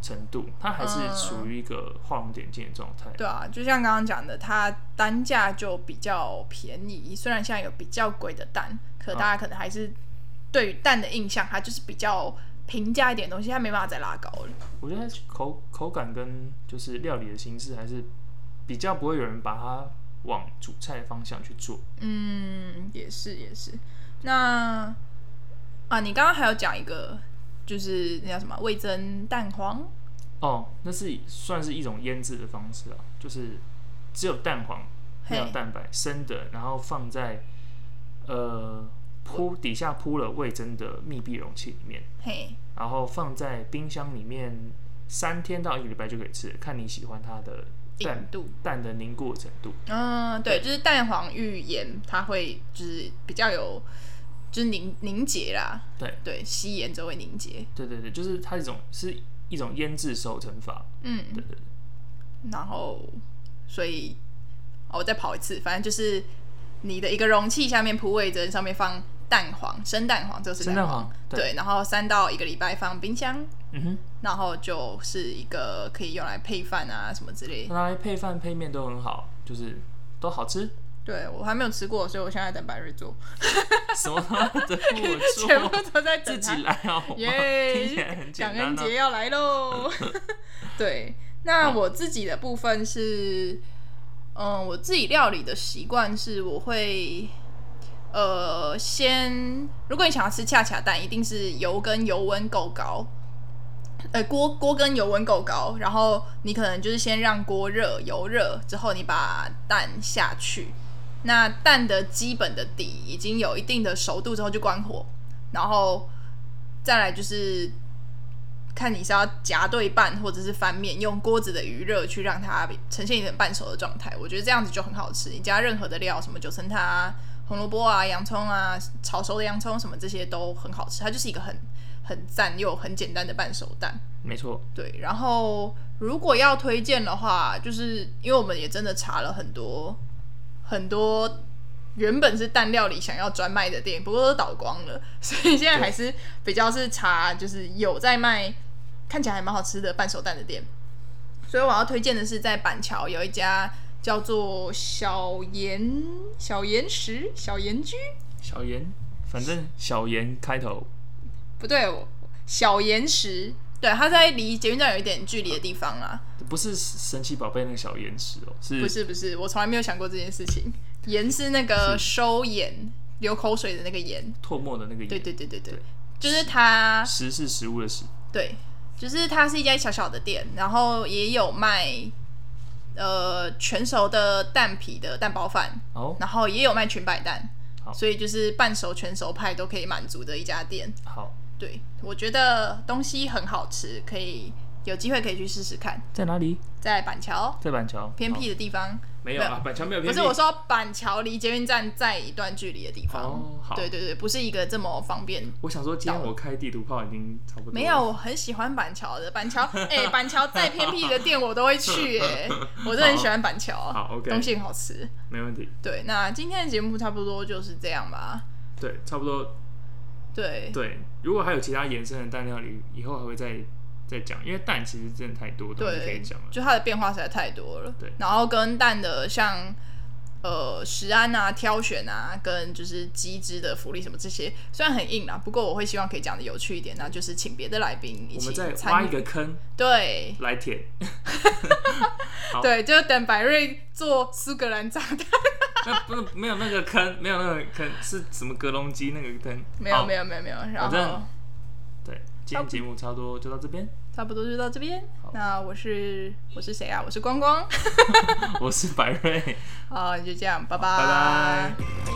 [SPEAKER 2] 程度，它还是属于一个画龙点睛的状态。
[SPEAKER 1] 对啊，就像刚刚讲的，它单价就比较便宜，虽然现在有比较贵的蛋，可
[SPEAKER 2] 嗯
[SPEAKER 1] 大家可能还是对于蛋的印象，它就是比较平价一点的东西，它没办法再拉高了。
[SPEAKER 2] 我觉得口口感跟就是料理的形式还是比较不会有人把它往煮菜的方向去做。
[SPEAKER 1] 嗯，也是也是。那啊，你刚刚还有讲一个，就是那叫什么味增蛋黄，
[SPEAKER 2] 哦，那是算是一种腌制的方式啊，就是只有蛋黄没有
[SPEAKER 1] 嘿
[SPEAKER 2] 蛋白，生的，然后放在呃铺底下铺了味增的密闭容器里面，
[SPEAKER 1] 嘿，
[SPEAKER 2] 然后放在冰箱里面三天到一个礼拜就可以吃了，看你喜欢它的蛋
[SPEAKER 1] 硬度。
[SPEAKER 2] 蛋的凝固的程度。
[SPEAKER 1] 嗯，对，就是蛋黄浴盐，它会就是比较有，就是凝凝结啦。
[SPEAKER 2] 对
[SPEAKER 1] 对，吸盐之后会凝结。
[SPEAKER 2] 对对对，就是它一种是一种腌制熟成法。
[SPEAKER 1] 嗯，
[SPEAKER 2] 对对对，
[SPEAKER 1] 然后所以、哦我再跑一次，反正就是你的一个容器下面铺味增，上面放蛋黄，生蛋黄，这个是
[SPEAKER 2] 生蛋黄。对，
[SPEAKER 1] 对，然后三到一个礼拜放冰箱，
[SPEAKER 2] 嗯哼，
[SPEAKER 1] 然后就是一个可以用来配饭啊什么之类的。
[SPEAKER 2] 拿来配饭配面都很好，就是都好吃。
[SPEAKER 1] 对我还没有吃过，所以我现在在等白日做，
[SPEAKER 2] 什么 都 得我做。
[SPEAKER 1] 全部都在等
[SPEAKER 2] 自
[SPEAKER 1] 它
[SPEAKER 2] 己来哦，听起来
[SPEAKER 1] 耶
[SPEAKER 2] 很！简
[SPEAKER 1] 感
[SPEAKER 2] 单啊
[SPEAKER 1] 恩
[SPEAKER 2] 呢、
[SPEAKER 1] 节要来 喽。对，那我自己的部分是，嗯，我自己料理的习惯是，我会呃先，如果你想要吃恰恰蛋，一定是油跟油温够高。呃，锅锅跟油温够高，然后你可能就是先让锅热，油热之后，你把蛋下去，那蛋的基本的底已经有一定的熟度之后就关火，然后再来就是看你是要夹对半或者是翻面，用锅子的余热去让它呈现一点半熟的状态。我觉得这样子就很好吃，你加任何的料，什么九层塔、啊、红萝卜啊、洋葱啊、炒熟的洋葱什么这些都很好吃，它就是一个很很赞又很简单的半熟蛋。
[SPEAKER 2] 没错，
[SPEAKER 1] 对，然后如果要推荐的话，就是因为我们也真的查了很多很多原本是蛋料理想要专卖的店，不过都倒光了，所以现在还是比较是查就是有在卖看起来还蛮好吃的半熟蛋的店。所以我要推荐的是在板桥有一家叫做小盐小盐石小盐居，
[SPEAKER 2] 小盐，反正小盐开头，
[SPEAKER 1] 不对，我小盐石，对，它在离捷运站有一点距离的地方啊啦、
[SPEAKER 2] 不是神奇宝贝那个小盐石哦，是
[SPEAKER 1] 不是不是，我从来没有想过这件事情。盐是那个收盐、流口水的那个盐。
[SPEAKER 2] 唾沫的那个盐，
[SPEAKER 1] 对对对对对
[SPEAKER 2] 对，
[SPEAKER 1] 就是它，
[SPEAKER 2] 食是食物的食，
[SPEAKER 1] 对，就是它是一家小小的店，然后也有卖呃全熟的蛋皮的蛋包饭，
[SPEAKER 2] 哦，
[SPEAKER 1] 然后也有卖裙摆蛋
[SPEAKER 2] 好，
[SPEAKER 1] 所以就是半熟全熟派都可以满足的一家店。
[SPEAKER 2] 好，
[SPEAKER 1] 对，我觉得东西很好吃，可以有机会可以去试试看，
[SPEAKER 2] 在哪里？
[SPEAKER 1] 在板桥
[SPEAKER 2] 在板桥，
[SPEAKER 1] 偏
[SPEAKER 2] 好，
[SPEAKER 1] 僻的地方。
[SPEAKER 2] 没有啊，板桥没有
[SPEAKER 1] 不
[SPEAKER 2] 偏僻，
[SPEAKER 1] 是我说板桥离捷运站在一段距离的地方。
[SPEAKER 2] 哦，好，
[SPEAKER 1] 对对对，不是一个这么方便。
[SPEAKER 2] 我想说今天我开地图炮已经差不多了，
[SPEAKER 1] 没有，我很喜欢板桥的。板 桥，哎、板桥再偏僻的店我都会去、哎，我真的很喜欢板桥，
[SPEAKER 2] 好，OK，
[SPEAKER 1] 东西很好吃。
[SPEAKER 2] 没问题，
[SPEAKER 1] 对，那今天的节目差不多就是这样吧。
[SPEAKER 2] 对，差不多，
[SPEAKER 1] 对，
[SPEAKER 2] 对，如果还有其他延伸的蛋料理，以后还会再再讲，因为蛋其实真的太多东西可以
[SPEAKER 1] 对
[SPEAKER 2] 讲了，，
[SPEAKER 1] 就它的变化实在太多了。
[SPEAKER 2] 对
[SPEAKER 1] 然后跟蛋的像呃食安啊、挑选啊，跟就是机制的福利什么这些，虽然很硬啦，不过我会希望可以讲的有趣一点，那就是请别的来宾一
[SPEAKER 2] 我
[SPEAKER 1] 起
[SPEAKER 2] 们再挖
[SPEAKER 1] 参
[SPEAKER 2] 一
[SPEAKER 1] 与。
[SPEAKER 2] 个坑
[SPEAKER 1] 对
[SPEAKER 2] 来填。好
[SPEAKER 1] 对，就等百瑞做苏格兰炸弹。
[SPEAKER 2] 那不是没有那个坑，没有那个坑是什么格隆基那个坑？
[SPEAKER 1] 没有
[SPEAKER 2] 哦
[SPEAKER 1] 没有没有没有，然
[SPEAKER 2] 反正
[SPEAKER 1] 后
[SPEAKER 2] 对，今天节目差不多就到这 边，
[SPEAKER 1] 差不多就到这边
[SPEAKER 2] 好。
[SPEAKER 1] 那我是我是谁啊？我是光光。
[SPEAKER 2] 我是白瑞，
[SPEAKER 1] 好，就这样，拜
[SPEAKER 2] 拜拜。